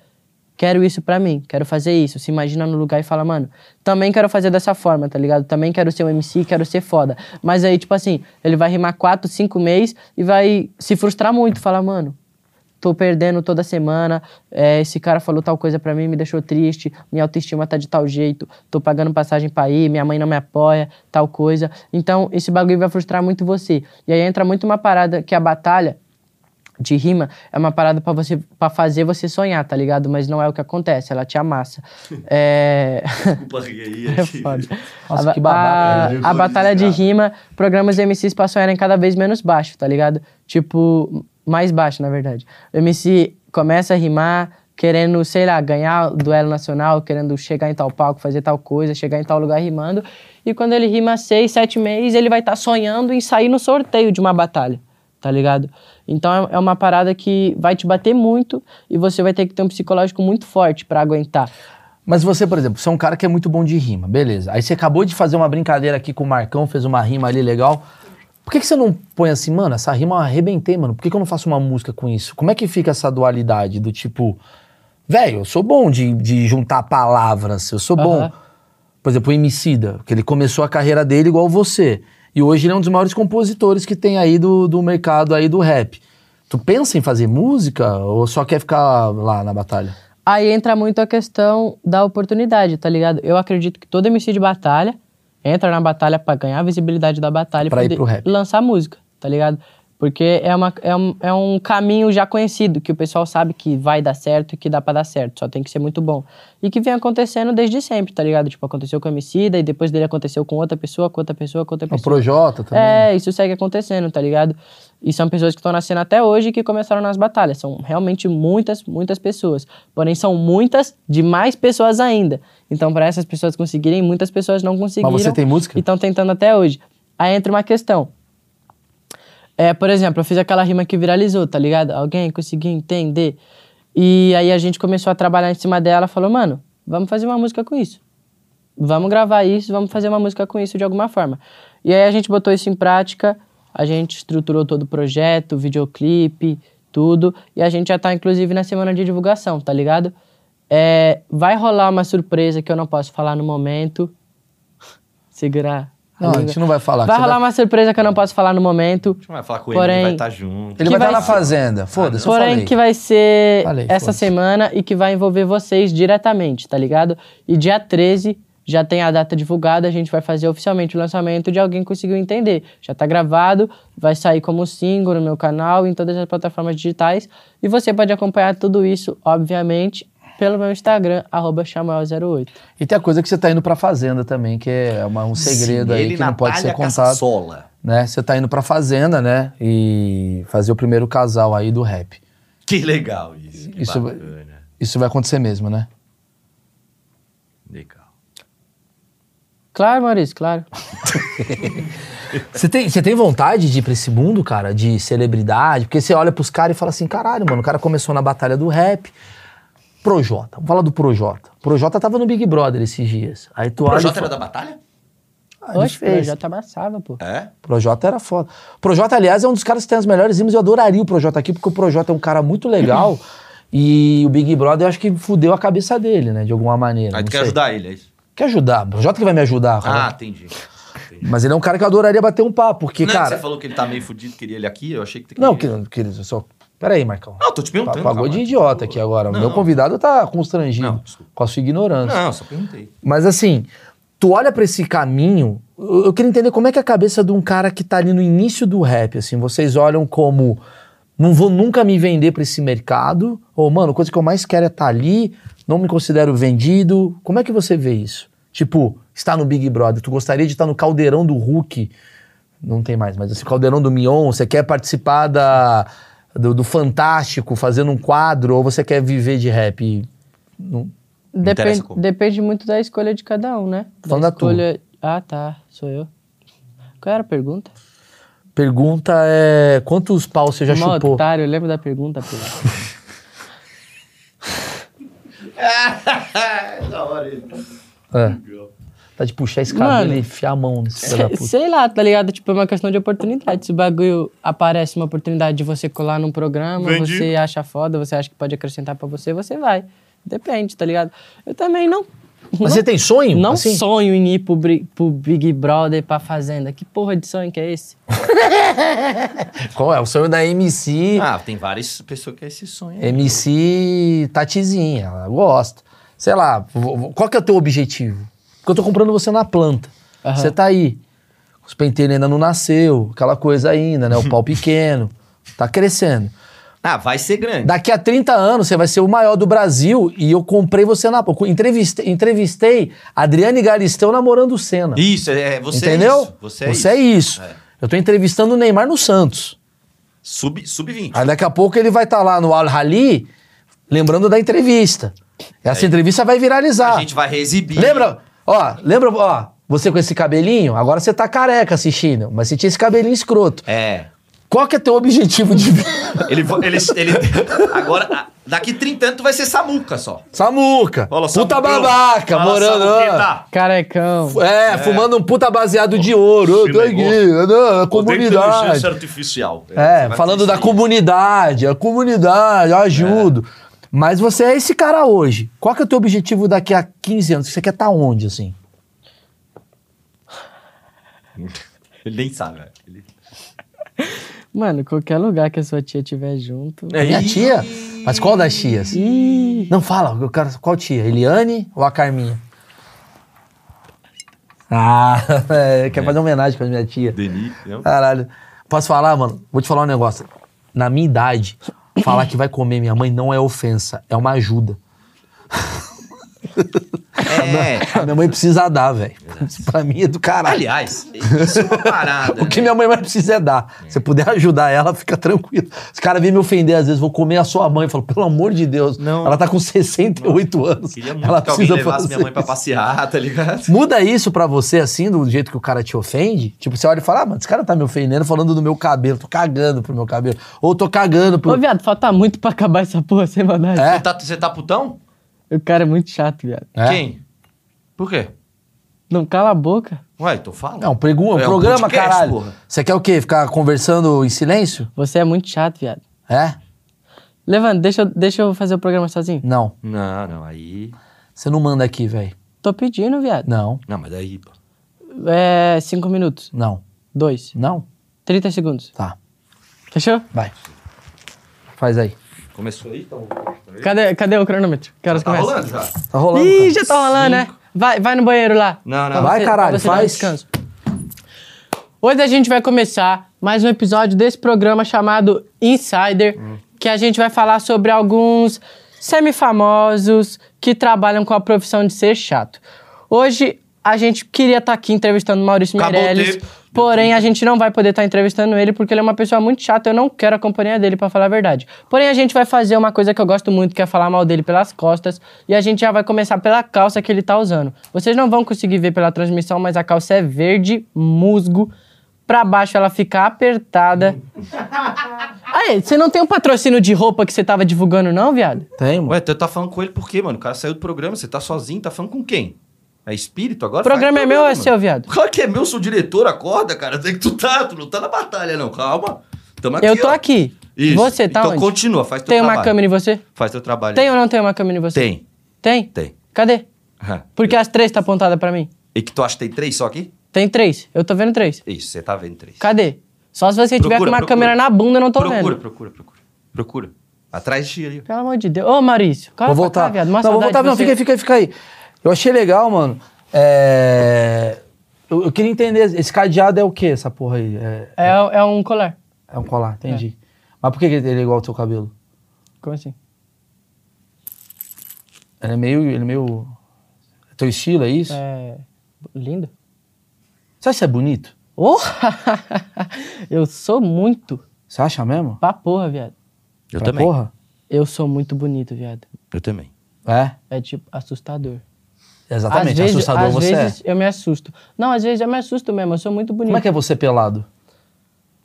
S3: quero isso pra mim, quero fazer isso. Se imagina no lugar e fala, mano, também quero fazer dessa forma, tá ligado? Também quero ser um MC, quero ser foda. Mas aí, tipo assim, ele vai rimar quatro, cinco meses e vai se frustrar muito, falar, mano, tô perdendo toda semana, é, esse cara falou tal coisa pra mim, me deixou triste, minha autoestima tá de tal jeito, tô pagando passagem pra ir, minha mãe não me apoia, tal coisa. Então, esse bagulho vai frustrar muito você. E aí entra muito uma parada que a batalha de rima é uma parada pra você para fazer você sonhar, tá ligado? Mas não é o que acontece, ela te amassa. é...
S2: Desculpa, rir aí.
S3: É
S2: aqui.
S3: foda.
S5: Nossa,
S3: a,
S5: que babaca. né?
S3: A, a batalha de rima, programas MCs passam a eram cada vez menos baixo, tá ligado? Tipo, mais baixo, na verdade. O MC começa a rimar querendo, sei lá, ganhar o duelo nacional, querendo chegar em tal palco, fazer tal coisa, chegar em tal lugar rimando. E quando ele rima seis, sete meses, ele vai estar sonhando em sair no sorteio de uma batalha tá ligado? Então é é uma parada que vai te bater muito e você vai ter que ter um psicológico muito forte pra aguentar.
S5: Mas você, por exemplo, você é um cara que é muito bom de rima, beleza. Aí você acabou de fazer uma brincadeira aqui com o Marcão, fez uma rima ali legal. Por que, que você não põe assim, mano, essa rima eu arrebentei, mano? Por que, que eu não faço uma música com isso? Como é que fica essa dualidade do tipo, velho, eu sou bom de, de juntar palavras, eu sou bom.
S3: Aham.
S5: Por exemplo, o Emicida, que ele começou a carreira dele igual você. E hoje ele é um dos maiores compositores que tem aí do, do mercado aí do rap. Tu pensa em fazer música ou só quer ficar lá na batalha?
S3: Aí entra muito a questão da oportunidade, tá ligado? Eu acredito que todo MC de batalha entra na batalha pra ganhar a visibilidade da batalha e
S5: Pra ir
S3: poder
S5: pro rap.
S3: lançar música, tá ligado? Porque é, uma, é, um, é um caminho já conhecido, que o pessoal sabe que vai dar certo e que dá pra dar certo, só tem que ser muito bom. E que vem acontecendo desde sempre, tá ligado? Tipo, aconteceu com o MC, daí depois dele aconteceu com outra pessoa, com outra pessoa, com outra
S5: O
S3: pessoa.
S5: Projota também. né?
S3: É, isso segue acontecendo, tá ligado? E são pessoas que estão nascendo até hoje e que começaram nas batalhas. São realmente muitas, muitas pessoas. Porém, são muitas de mais pessoas ainda. Então, para essas pessoas conseguirem, muitas pessoas não conseguiram.
S5: você tem música?
S3: E estão tentando até hoje. Aí entra uma questão. É, por exemplo, eu fiz aquela rima que viralizou, tá ligado? Alguém conseguiu entender. E aí a gente começou a trabalhar em cima dela, falou, mano, vamos fazer uma música com isso vamos gravar isso, vamos fazer uma música com isso de alguma forma. E aí a gente botou isso em prática, a gente estruturou todo o projeto, videoclipe, tudo, e a gente já tá inclusive na semana de divulgação, tá ligado? É, vai rolar uma surpresa que eu não posso falar no momento. Segurar. a
S5: Não, a
S3: língua.
S5: gente não vai falar.
S3: Vai
S5: Você
S3: rolar uma surpresa que eu não posso falar no momento.
S2: gente não vai falar com ele,
S3: Porém-
S2: ele vai estar junto.
S5: Ele
S3: que
S5: vai estar
S3: vai
S5: na
S3: ser-
S5: fazenda. Foda-se, eu
S3: Porém,
S5: falei.
S3: que vai ser
S5: Falei,
S3: essa
S5: foda-se.
S3: semana e que vai envolver vocês diretamente, tá ligado? E dia 13 já tem a data divulgada, a gente vai fazer oficialmente o lançamento de Alguém Conseguiu Entender. Já tá gravado, vai sair como single no meu canal, em todas as plataformas digitais. E você pode acompanhar tudo isso, obviamente, pelo meu Instagram, arroba chamuel08.
S5: E tem a coisa que você tá indo pra fazenda também, que é uma- um segredo aí que não pode ser contado.
S2: Sola.
S5: Né? Você tá indo pra fazenda, né? E fazer o primeiro casal aí do rap.
S2: Que legal isso. Que
S5: Isso-
S2: bacana.
S5: Isso vai acontecer mesmo, né?
S2: Legal.
S3: Claro, Maurício, claro.
S5: Você tem, você tem vontade de ir pra esse mundo, cara, de celebridade? Porque você olha pros caras e fala assim, caralho, mano, o cara começou na batalha do rap. Projota, vamos falar do Projota. Projota tava no Big Brother esses dias. Aí tu
S2: O
S5: olha. e
S2: Projota
S5: fala-
S2: era da batalha?
S5: A
S3: Oxe,
S5: gente
S3: o Projota
S5: fez.
S3: amassava, pô.
S2: É?
S5: Projota era foda. Projota, aliás, é um dos caras que tem as melhores rimas. Eu adoraria o Projota aqui, porque o Projota é um cara muito legal. e o Big Brother, eu acho que fudeu a cabeça dele, né? De alguma maneira.
S2: Aí
S5: não
S2: tu quer
S5: sei.
S2: ajudar ele, é isso?
S5: Quer ajudar. O Projota que vai me ajudar.
S2: Ah,
S5: cara.
S2: entendi. entendi.
S5: Mas ele é um cara que eu adoraria bater um papo, porque,
S2: Não,
S5: cara...
S2: Você falou que ele tá meio fudido, queria ele aqui, eu achei que... tu
S5: Não,
S2: queria-
S5: querido, querido, só... Peraí, Marcão.
S2: Não, tô te perguntando.
S5: Pagou
S2: calma.
S5: de idiota aqui agora. O
S2: Não.
S5: Meu convidado tá constrangido
S2: Não, desculpa.
S5: com a sua ignorância.
S2: Não, só perguntei.
S5: Mas assim, tu olha pra esse caminho, eu eu queria entender como é que é a cabeça de um cara que tá ali no início do rap, assim, vocês olham como não vou nunca me vender pra esse mercado, ou mano, a coisa que eu mais quero é estar tá ali, não me considero vendido. Como é que você vê isso? Tipo, está no Big Brother, tu gostaria de estar no caldeirão do Hulk? Não tem mais, mas assim, caldeirão do Mion, você quer participar da do, do Fantástico, fazendo um quadro, ou você quer viver de rap? Não-
S3: Depende,
S2: interessa como.
S3: depende muito da escolha de cada um, né?
S5: Falando da tua.
S3: escolha... Ah, tá. Sou eu. Qual era a pergunta?
S5: Pergunta é quantos pau você já
S3: Mó
S5: chupou?
S3: otário, eu lembro da pergunta, pô.
S1: Da hora ele.
S5: É. Tá de puxar esse cabelo
S3: Mano,
S5: e enfiar a mão nesse filho da
S3: Sei,
S5: puta.
S3: sei lá, tá ligado? Tipo, é uma questão de oportunidade. Se o bagulho aparece uma oportunidade de você colar num programa,
S2: Entendi.
S3: você acha foda, você acha que pode acrescentar pra você, você vai. Depende, tá ligado? Eu também não.
S5: Mas você tem sonho?
S3: Não
S5: assim?
S3: sonho em ir pro, Bri- pro Big Brother, pra Fazenda. Que porra de sonho que é esse?
S5: Qual é? O sonho da MC.
S2: Ah, tem várias pessoas que é esse sonho. aí.
S5: MC Tatizinha, ela gosta. Sei lá, vo- vo- qual que é o teu objetivo? Porque eu tô comprando você na planta.
S3: Aham.
S5: Você tá aí. Os penteiros ainda não nasceu, aquela coisa ainda, né? O pau pequeno. Tá crescendo.
S2: Ah, vai ser grande.
S5: Daqui a 30 anos você vai ser o maior do Brasil e eu comprei você na. eu Entrevistei, entrevistei Adriane Galisteu namorando o Senna.
S2: Isso, é, você
S5: Entendeu?
S2: é isso. Você é isso. É.
S5: Eu tô entrevistando o Neymar no Santos.
S2: Sub, sub-20.
S5: Aí daqui a pouco ele vai estar lá no Al Hali lembrando da entrevista. Essa entrevista vai viralizar.
S2: É. A gente vai reexibir.
S5: tá. Lembra? Ó, lembra, ó, você com esse cabelinho, agora você tá careca assistindo, mas você tinha esse cabelinho escroto.
S2: É.
S5: Qual que é teu objetivo de vida?
S2: Ele, vo- ele, ele, agora, a- daqui 30 anos tu vai ser Samuca só.
S5: Samuca.
S2: Fala,
S5: puta
S2: Samuqueta. Fala,
S5: babaca,
S2: tá?
S5: morando.
S2: Samuqueta.
S3: Carecão.
S5: É, fumando um puta baseado de ouro. Eu tô
S2: Filé
S5: aqui,
S2: gosto.
S5: eu tô- a
S2: Tem
S5: comunidade.
S2: inteligência artificial.
S5: É,
S2: vai
S5: falando
S2: ter
S5: da
S2: isso aí.
S5: comunidade, a comunidade, eu ajudo. Mas você é esse cara hoje. Qual que é o teu objetivo daqui a 15 anos? Você quer estar onde, assim?
S2: Ele nem sabe, velho. Ele-
S3: Mano, qualquer lugar que a sua tia tiver junto.
S5: É a
S2: Ih.
S5: tia? Mas qual das tias? Não fala, eu quero, qual tia? Eliane ou a Carminha? Ah, é, quer fazer homenagem pra minha tia.
S2: Denis, entendeu?
S5: Caralho. Posso falar, mano? Vou te falar um negócio. Na minha idade, falar que vai comer minha mãe não é ofensa, é uma ajuda.
S2: É.
S5: A minha mãe precisa dar, velho. Isso pra mim é do caralho.
S2: Aliás, isso é uma parada.
S5: O que
S2: né?
S5: minha mãe mais precisa é dar. Se puder ajudar ela, fica tranquilo. Os caras vêm me ofender às vezes, vou comer a sua mãe. Eu falo, pelo amor de Deus.
S2: Não.
S5: Ela tá com 68 anos.
S2: Queria muito
S5: Ela
S2: que alguém
S5: precisa
S2: levasse
S5: fazer
S2: minha mãe pra
S5: isso.
S2: passear, tá ligado?
S5: Muda isso pra você, assim, do jeito que o cara te ofende? Tipo, você olha e fala, ah, mano, esse cara tá me ofendendo falando do meu cabelo. Tô cagando pro meu cabelo. Ou tô cagando pro...
S3: Ô, viado, falta muito pra acabar essa porra sem mandar.
S5: É.
S2: Você tá, você tá putão?
S3: O cara é muito chato, viado.
S5: É.
S2: Quem? Por quê?
S3: Não cala a boca.
S2: Ué, então fala.
S5: Não, pergun- um
S2: É um
S5: programa,
S2: podcast,
S5: caralho.
S2: porra.
S5: Você quer o quê? Ficar conversando em silêncio?
S3: Você é muito chato, viado.
S5: É?
S3: Levando, deixa, eu- deixa eu fazer o programa sozinho.
S5: Não.
S2: Não, não, aí.
S5: Você não manda aqui, velho.
S3: Tô pedindo, viado.
S5: Não.
S2: Não, mas daí. pô.
S3: É. Cinco minutos.
S5: Não.
S3: Dois.
S5: Não?
S3: 30 segundos.
S5: Tá.
S3: Fechou?
S5: Vai. Faz aí.
S2: Começou aí, então.
S3: Cadê, cadê o cronômetro? Que horas
S2: Tá
S3: começa?
S2: rolando já.
S5: Tá rolando.
S3: Ih,
S5: cara.
S3: já tá rolando, né? Vai, vai no banheiro lá.
S2: Não,
S3: Pra
S2: não.
S5: Vai,
S3: você-
S5: caralho,
S3: pra você dar um
S5: faz.
S3: descanso. Hoje a gente vai começar mais um episódio desse programa chamado Insider,
S2: Hum.
S3: que a gente vai falar sobre alguns semifamosos que trabalham com a profissão de ser chato. Hoje a gente queria estar aqui entrevistando o Maurício
S2: Acabou o
S3: Meirelles,
S2: tempo.
S3: porém a gente não vai poder estar entrevistando ele porque ele é uma pessoa muito chata, eu não quero a companhia dele pra falar a verdade. Porém a gente vai fazer uma coisa que eu gosto muito, que é falar mal dele pelas costas, e a gente já vai começar pela calça que ele tá usando. Vocês não vão conseguir ver pela transmissão, mas a calça é verde musgo. Pra baixo ela fica apertada. Aí, você não tem um patrocínio de roupa que você tava divulgando, não, viado?
S5: Tem, mano.
S2: então Ué, tu tá falando com ele por quê, mano? O cara saiu do programa, você tá sozinho, tá falando com quem? É espírito agora?
S3: O programa
S2: Vai,
S3: é meu ou é
S2: programa.
S3: seu, viado?
S2: Claro que é meu, sou diretor, acorda, cara. Tem que tu tá, tu não tá na batalha, não. Calma. Tamo aqui,
S3: eu tô
S2: ó.
S3: aqui.
S2: Isso.
S3: Você tá
S2: Então
S3: onde?
S2: continua, faz teu
S3: Tem
S2: trabalho.
S3: uma câmera em você?
S2: Faz teu trabalho.
S3: Tem um- ou não tem uma câmera em você?
S2: Tem.
S3: Tem?
S2: Tem.
S3: Cadê?
S2: Ah.
S3: Porque as três tá apontada pra mim.
S2: E que tu acha que tem três só aqui?
S3: Tem três. Eu tô vendo três.
S2: Isso, você tá vendo três.
S3: Cadê? Só se você tiver com
S2: Procura,
S3: uma
S2: procura.
S3: câmera na bunda, eu não tô
S2: procura,
S3: vendo.
S2: Procura, procura, procura. Atrás de ti ali. ó.
S3: Pelo amor de Deus. Ô, Maurício. é Cara,
S5: vou voltar.
S3: Cá, viado. Uma
S5: não, vou
S3: saudade
S5: voltar,
S3: de
S5: não.
S3: você.
S5: Fica aí, fica aí, fica aí. Eu achei legal, mano. É, Eu, eu queria entender, esse cadeado é o quê, essa porra aí? É,
S3: É, é um colar.
S5: é um colar, entendi. Mas por que que ele é igual ao teu cabelo?
S3: Como assim?
S5: Ele é meio. Ele é meio. Teu estilo, é isso?
S3: É... Lindo.
S5: Você acha que é bonito?
S3: Oh! eu sou muito
S5: Você acha mesmo?
S3: pra porra, viado.
S2: Eu
S5: Pra
S2: também.
S5: Porra?
S3: Eu sou muito bonito, viado.
S2: Eu também.
S5: É,
S3: É tipo assustador.
S5: exatamente.
S3: Às vezes,
S5: Assustador
S3: às
S5: você
S3: vezes
S5: é.
S3: eu me assusto. Não, às vezes eu me assusto mesmo. Eu sou muito bonito.
S5: Como é que é você pelado?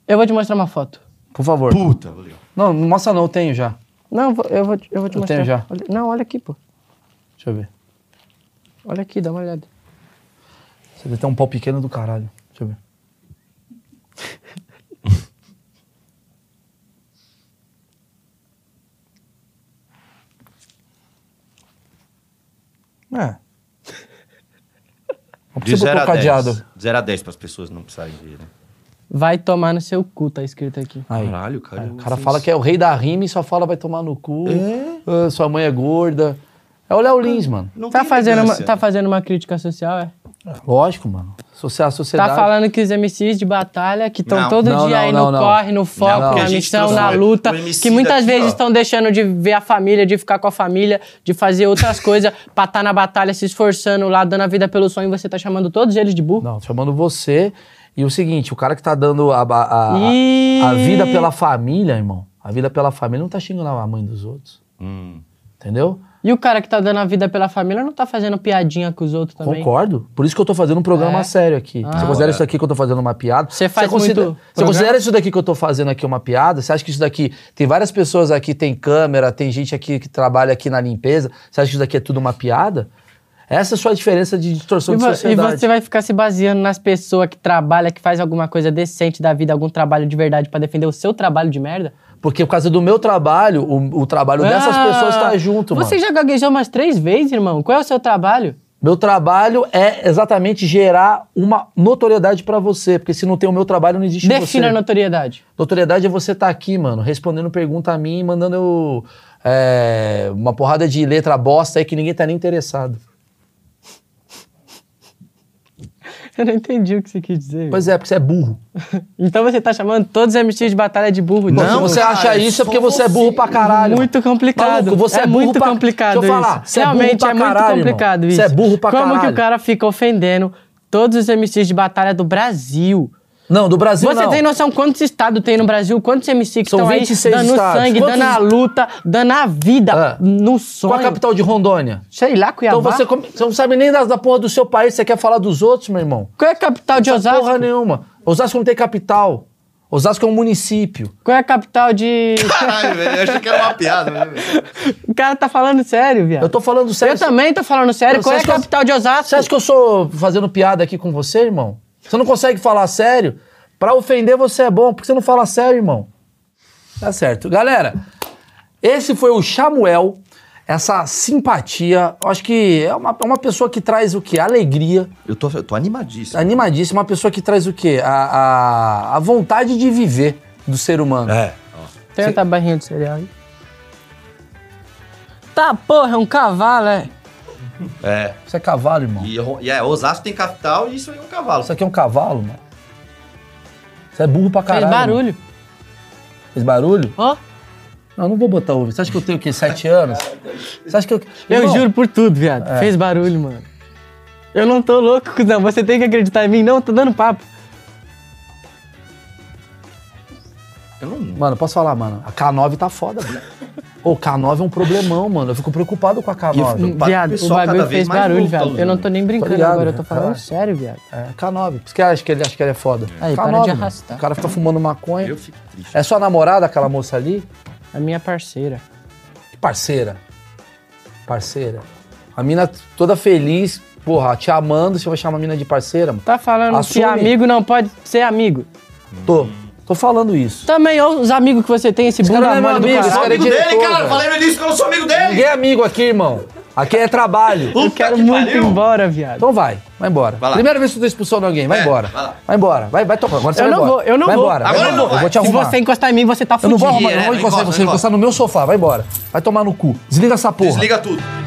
S3: Eu vou te mostrar uma foto.
S5: Por favor.
S2: Puta, valeu.
S5: Não, não mostra não, eu tenho já.
S3: Não, eu vou, eu vou, te- eu vou te
S5: Eu
S3: mostrar.
S5: tenho já.
S3: Olha- não, olha aqui, pô.
S5: Deixa eu ver.
S3: Olha aqui, dá uma olhada.
S5: Você deve ter um pau pequeno do caralho. Deixa eu ver. é.
S2: De
S5: Não
S3: um
S5: precisa
S2: 0
S5: botar
S2: a
S5: o cadeado.
S2: 10. 0 a 10 pras pessoas não precisarem ver, né?
S3: Vai tomar no seu cu, tá escrito aqui.
S5: Aí.
S2: Caralho, cara.
S5: Aí o cara fala que é o rei da rima e só fala vai tomar no cu. Ah, sua mãe é gorda. É o Léo Lins, mano.
S2: Não
S3: Tá
S2: tem
S3: fazendo, uma,
S2: elegância,
S3: tá
S2: né?
S3: fazendo uma crítica social, é?
S5: Lógico, mano. Soci- A sociedade.
S3: Tá falando que os MCs de batalha, que estão
S2: Não.
S3: todo
S5: Não,
S3: dia
S5: não,
S3: aí
S5: não,
S3: no
S5: não.
S3: corre, no foco,
S2: porque a
S3: na
S2: gente
S3: missão,
S2: trouxe
S3: na
S2: o-
S3: luta,
S2: o MC
S3: que muitas
S2: daqui,
S3: vezes
S2: ó.
S3: estão deixando de ver a família, de ficar com a família, de fazer outras coisas, pra estar na batalha, se esforçando lá, dando a vida pelo sonho, e você tá chamando todos eles de burro.
S5: Não, tô chamando você. E o seguinte, o cara que tá dando a, ba- a, a-
S3: Ih.
S5: a vida pela família, irmão. A vida pela família não tá xingando a mãe dos outros.
S2: Hum.
S5: Entendeu?
S3: E o cara que tá dando a vida pela família não tá fazendo piadinha com os outros também.
S5: Concordo. Por isso que eu tô fazendo um programa
S3: É.
S5: sério aqui. você considera isso daqui que eu tô fazendo uma piada?
S3: Você faz
S5: considera,
S3: muito
S5: Você
S3: programa?
S5: considera isso daqui que eu tô fazendo aqui uma piada? Você acha que isso daqui... Tem várias pessoas aqui, tem câmera, tem gente aqui que trabalha aqui na limpeza. Você acha que isso daqui é tudo uma piada? Essa é a sua diferença de distorção
S3: E,
S5: de
S3: vo- e
S5: sociedade.
S3: você vai ficar se baseando nas pessoas que trabalham, que faz alguma coisa decente da vida, algum trabalho de verdade pra defender o seu trabalho de merda?
S5: Porque por causa do meu trabalho, o, o trabalho dessas
S3: Ah,
S5: pessoas tá junto, mano.
S3: Você já gaguejou umas três vezes, irmão? Qual é o seu trabalho?
S5: Meu trabalho é exatamente gerar uma notoriedade pra você, porque se não tem o meu trabalho, não existe
S3: Defina né? a
S5: Tipo você.
S3: notoriedade.
S5: Notoriedade é você estar aqui, mano, respondendo pergunta a mim, mandando eu, é, uma porrada de letra bosta aí que ninguém tá nem interessado.
S3: Eu não entendi o que você quis dizer.
S5: Pois é, porque você é burro.
S3: Então você tá chamando todos os MCs de batalha de burro. então?
S5: se você
S2: cara,
S5: acha isso é
S2: sou
S5: porque você é burro pra caralho.
S3: Muito complicado.
S5: Maluco, você é,
S3: é
S5: burro
S3: muito
S5: pra-
S3: complicado
S5: Deixa eu falar,
S3: isso.
S5: você é burro
S3: Realmente
S5: pra
S3: é muito
S5: caralho, irmão.
S3: complicado isso.
S5: Você é burro pra
S3: Como que
S5: caralho.
S3: o cara fica ofendendo todos os MCs de batalha do Brasil?
S5: Não, do Brasil
S3: Você
S5: não.
S3: tem noção quantos estados tem no Brasil? Quantos MCs que
S5: São
S3: estão aí
S5: 26
S3: dando
S5: estados.
S3: sangue,
S5: Quantos-
S3: dando a luta, dando a vida
S5: Ah.
S3: no sonho?
S5: Qual a capital de Rondônia?
S3: Sei lá, Cuiabá.
S5: Então você, come- você não sabe nem da, da porra do seu país, você quer falar dos outros, meu irmão?
S3: Qual é a capital de Osasco?
S5: Porra nenhuma. Osasco não tem capital. Osasco é um município.
S3: Qual é a capital de...
S2: Caralho, velho. Eu achei que era uma piada, né, velho?
S3: o cara tá falando sério, viado.
S5: Eu tô falando sério.
S3: Eu também tô falando sério.
S5: Você
S3: Qual é a
S5: acha que eu-
S3: capital de Osasco?
S5: Você acha que eu sou fazendo piada aqui com você, irmão? Você não consegue falar sério? Pra ofender você é bom, porque você não fala sério, irmão. Tá certo. Galera, esse foi o Samuel, essa simpatia. Eu Acho que é uma, é uma pessoa que traz o quê? Alegria.
S2: Eu tô, eu tô animadíssimo.
S5: Animadíssima, uma pessoa que traz o quê? A, a, a vontade de viver do ser humano.
S2: É.
S3: Tem outra barrinha de cereal aí. Tá, porra, é um cavalo, é.
S2: É.
S5: Isso é cavalo, irmão.
S2: E, Ro- e é, Osasco tem capital e isso aí é um cavalo.
S5: Isso aqui é um cavalo, mano. Isso é burro pra caralho.
S3: Fez
S5: mano.
S3: barulho.
S5: Fez barulho?
S3: Ó,
S5: Não, eu não vou botar ovo. Você acha que eu tenho o quê? Sete anos? Você acha que eu.
S3: eu
S5: Irmão, É.
S3: juro por tudo, viado. Fez barulho, mano. Eu não tô louco, cuzão. Você tem que acreditar em mim. Não, tô dando papo.
S2: Eu não...
S5: Mano, posso falar, mano? A K9 tá foda, velho. Ô, K9 é um problemam, mano. Eu fico preocupado com a K9.
S2: Eu paro
S3: viado,
S2: com o
S3: o
S2: pessoal
S3: bagulho
S2: cada vez
S3: fez
S2: mais
S3: barulho,
S2: voltoso,
S3: viado. Eu não tô nem brincando
S5: tá ligado,
S3: agora. Eu tô
S5: já.
S3: falando
S5: Relaxa.
S3: sério, viado.
S5: É, K9. Por isso que acha que ele acha que ele é foda.
S3: Aí,
S5: K9,
S3: para de
S5: mano.
S3: arrastar.
S5: O cara fica fumando maconha.
S2: Eu fico triste.
S5: É sua namorada, aquela moça ali?
S3: A minha parceira.
S5: Que parceira. Parceira. A mina toda feliz, porra, te amando, você vai chamar a mina de parceira, mano?
S3: Tá falando
S5: Assume.
S3: que amigo não pode ser amigo.
S5: Tô. Tô falando isso.
S3: Também, ó, os amigos que você tem, esse
S5: Esse cara
S3: bunda
S5: não é
S3: mole do
S5: meu
S3: caralho.
S5: amigo, esse cara é
S2: Amigo
S5: diretor.
S2: dele, cara.
S5: velho.
S2: Falei no início que eu não sou amigo dele.
S5: Ninguém é amigo aqui, irmão. Aqui é trabalho.
S2: Puta
S3: Eu quero
S2: que
S3: muito ir
S2: pariu.
S3: embora, viado.
S5: Então vai, vai embora.
S2: Vai lá.
S5: Primeira vez que tu tá expulsando alguém, vai
S2: É,
S5: embora.
S2: vai lá.
S5: Vai embora, vai, vai tocar. Agora você
S3: Eu
S5: vai
S3: não
S5: embora.
S3: vou, eu não
S5: vai
S3: vou.
S5: Embora,
S2: Agora
S5: vai
S2: eu não
S5: embora. Eu
S2: vou. né?
S5: vou te
S3: Se
S5: arrumar.
S3: você encostar em mim, você tá
S5: Eu
S3: fudido.
S5: não vou arrumar, eu não
S2: Não
S5: vou encostar em
S2: encosta,
S5: você,
S2: não
S5: encostar no meu sofá, vai embora. Vai tomar no cu. Desliga essa porra.
S2: Desliga tudo.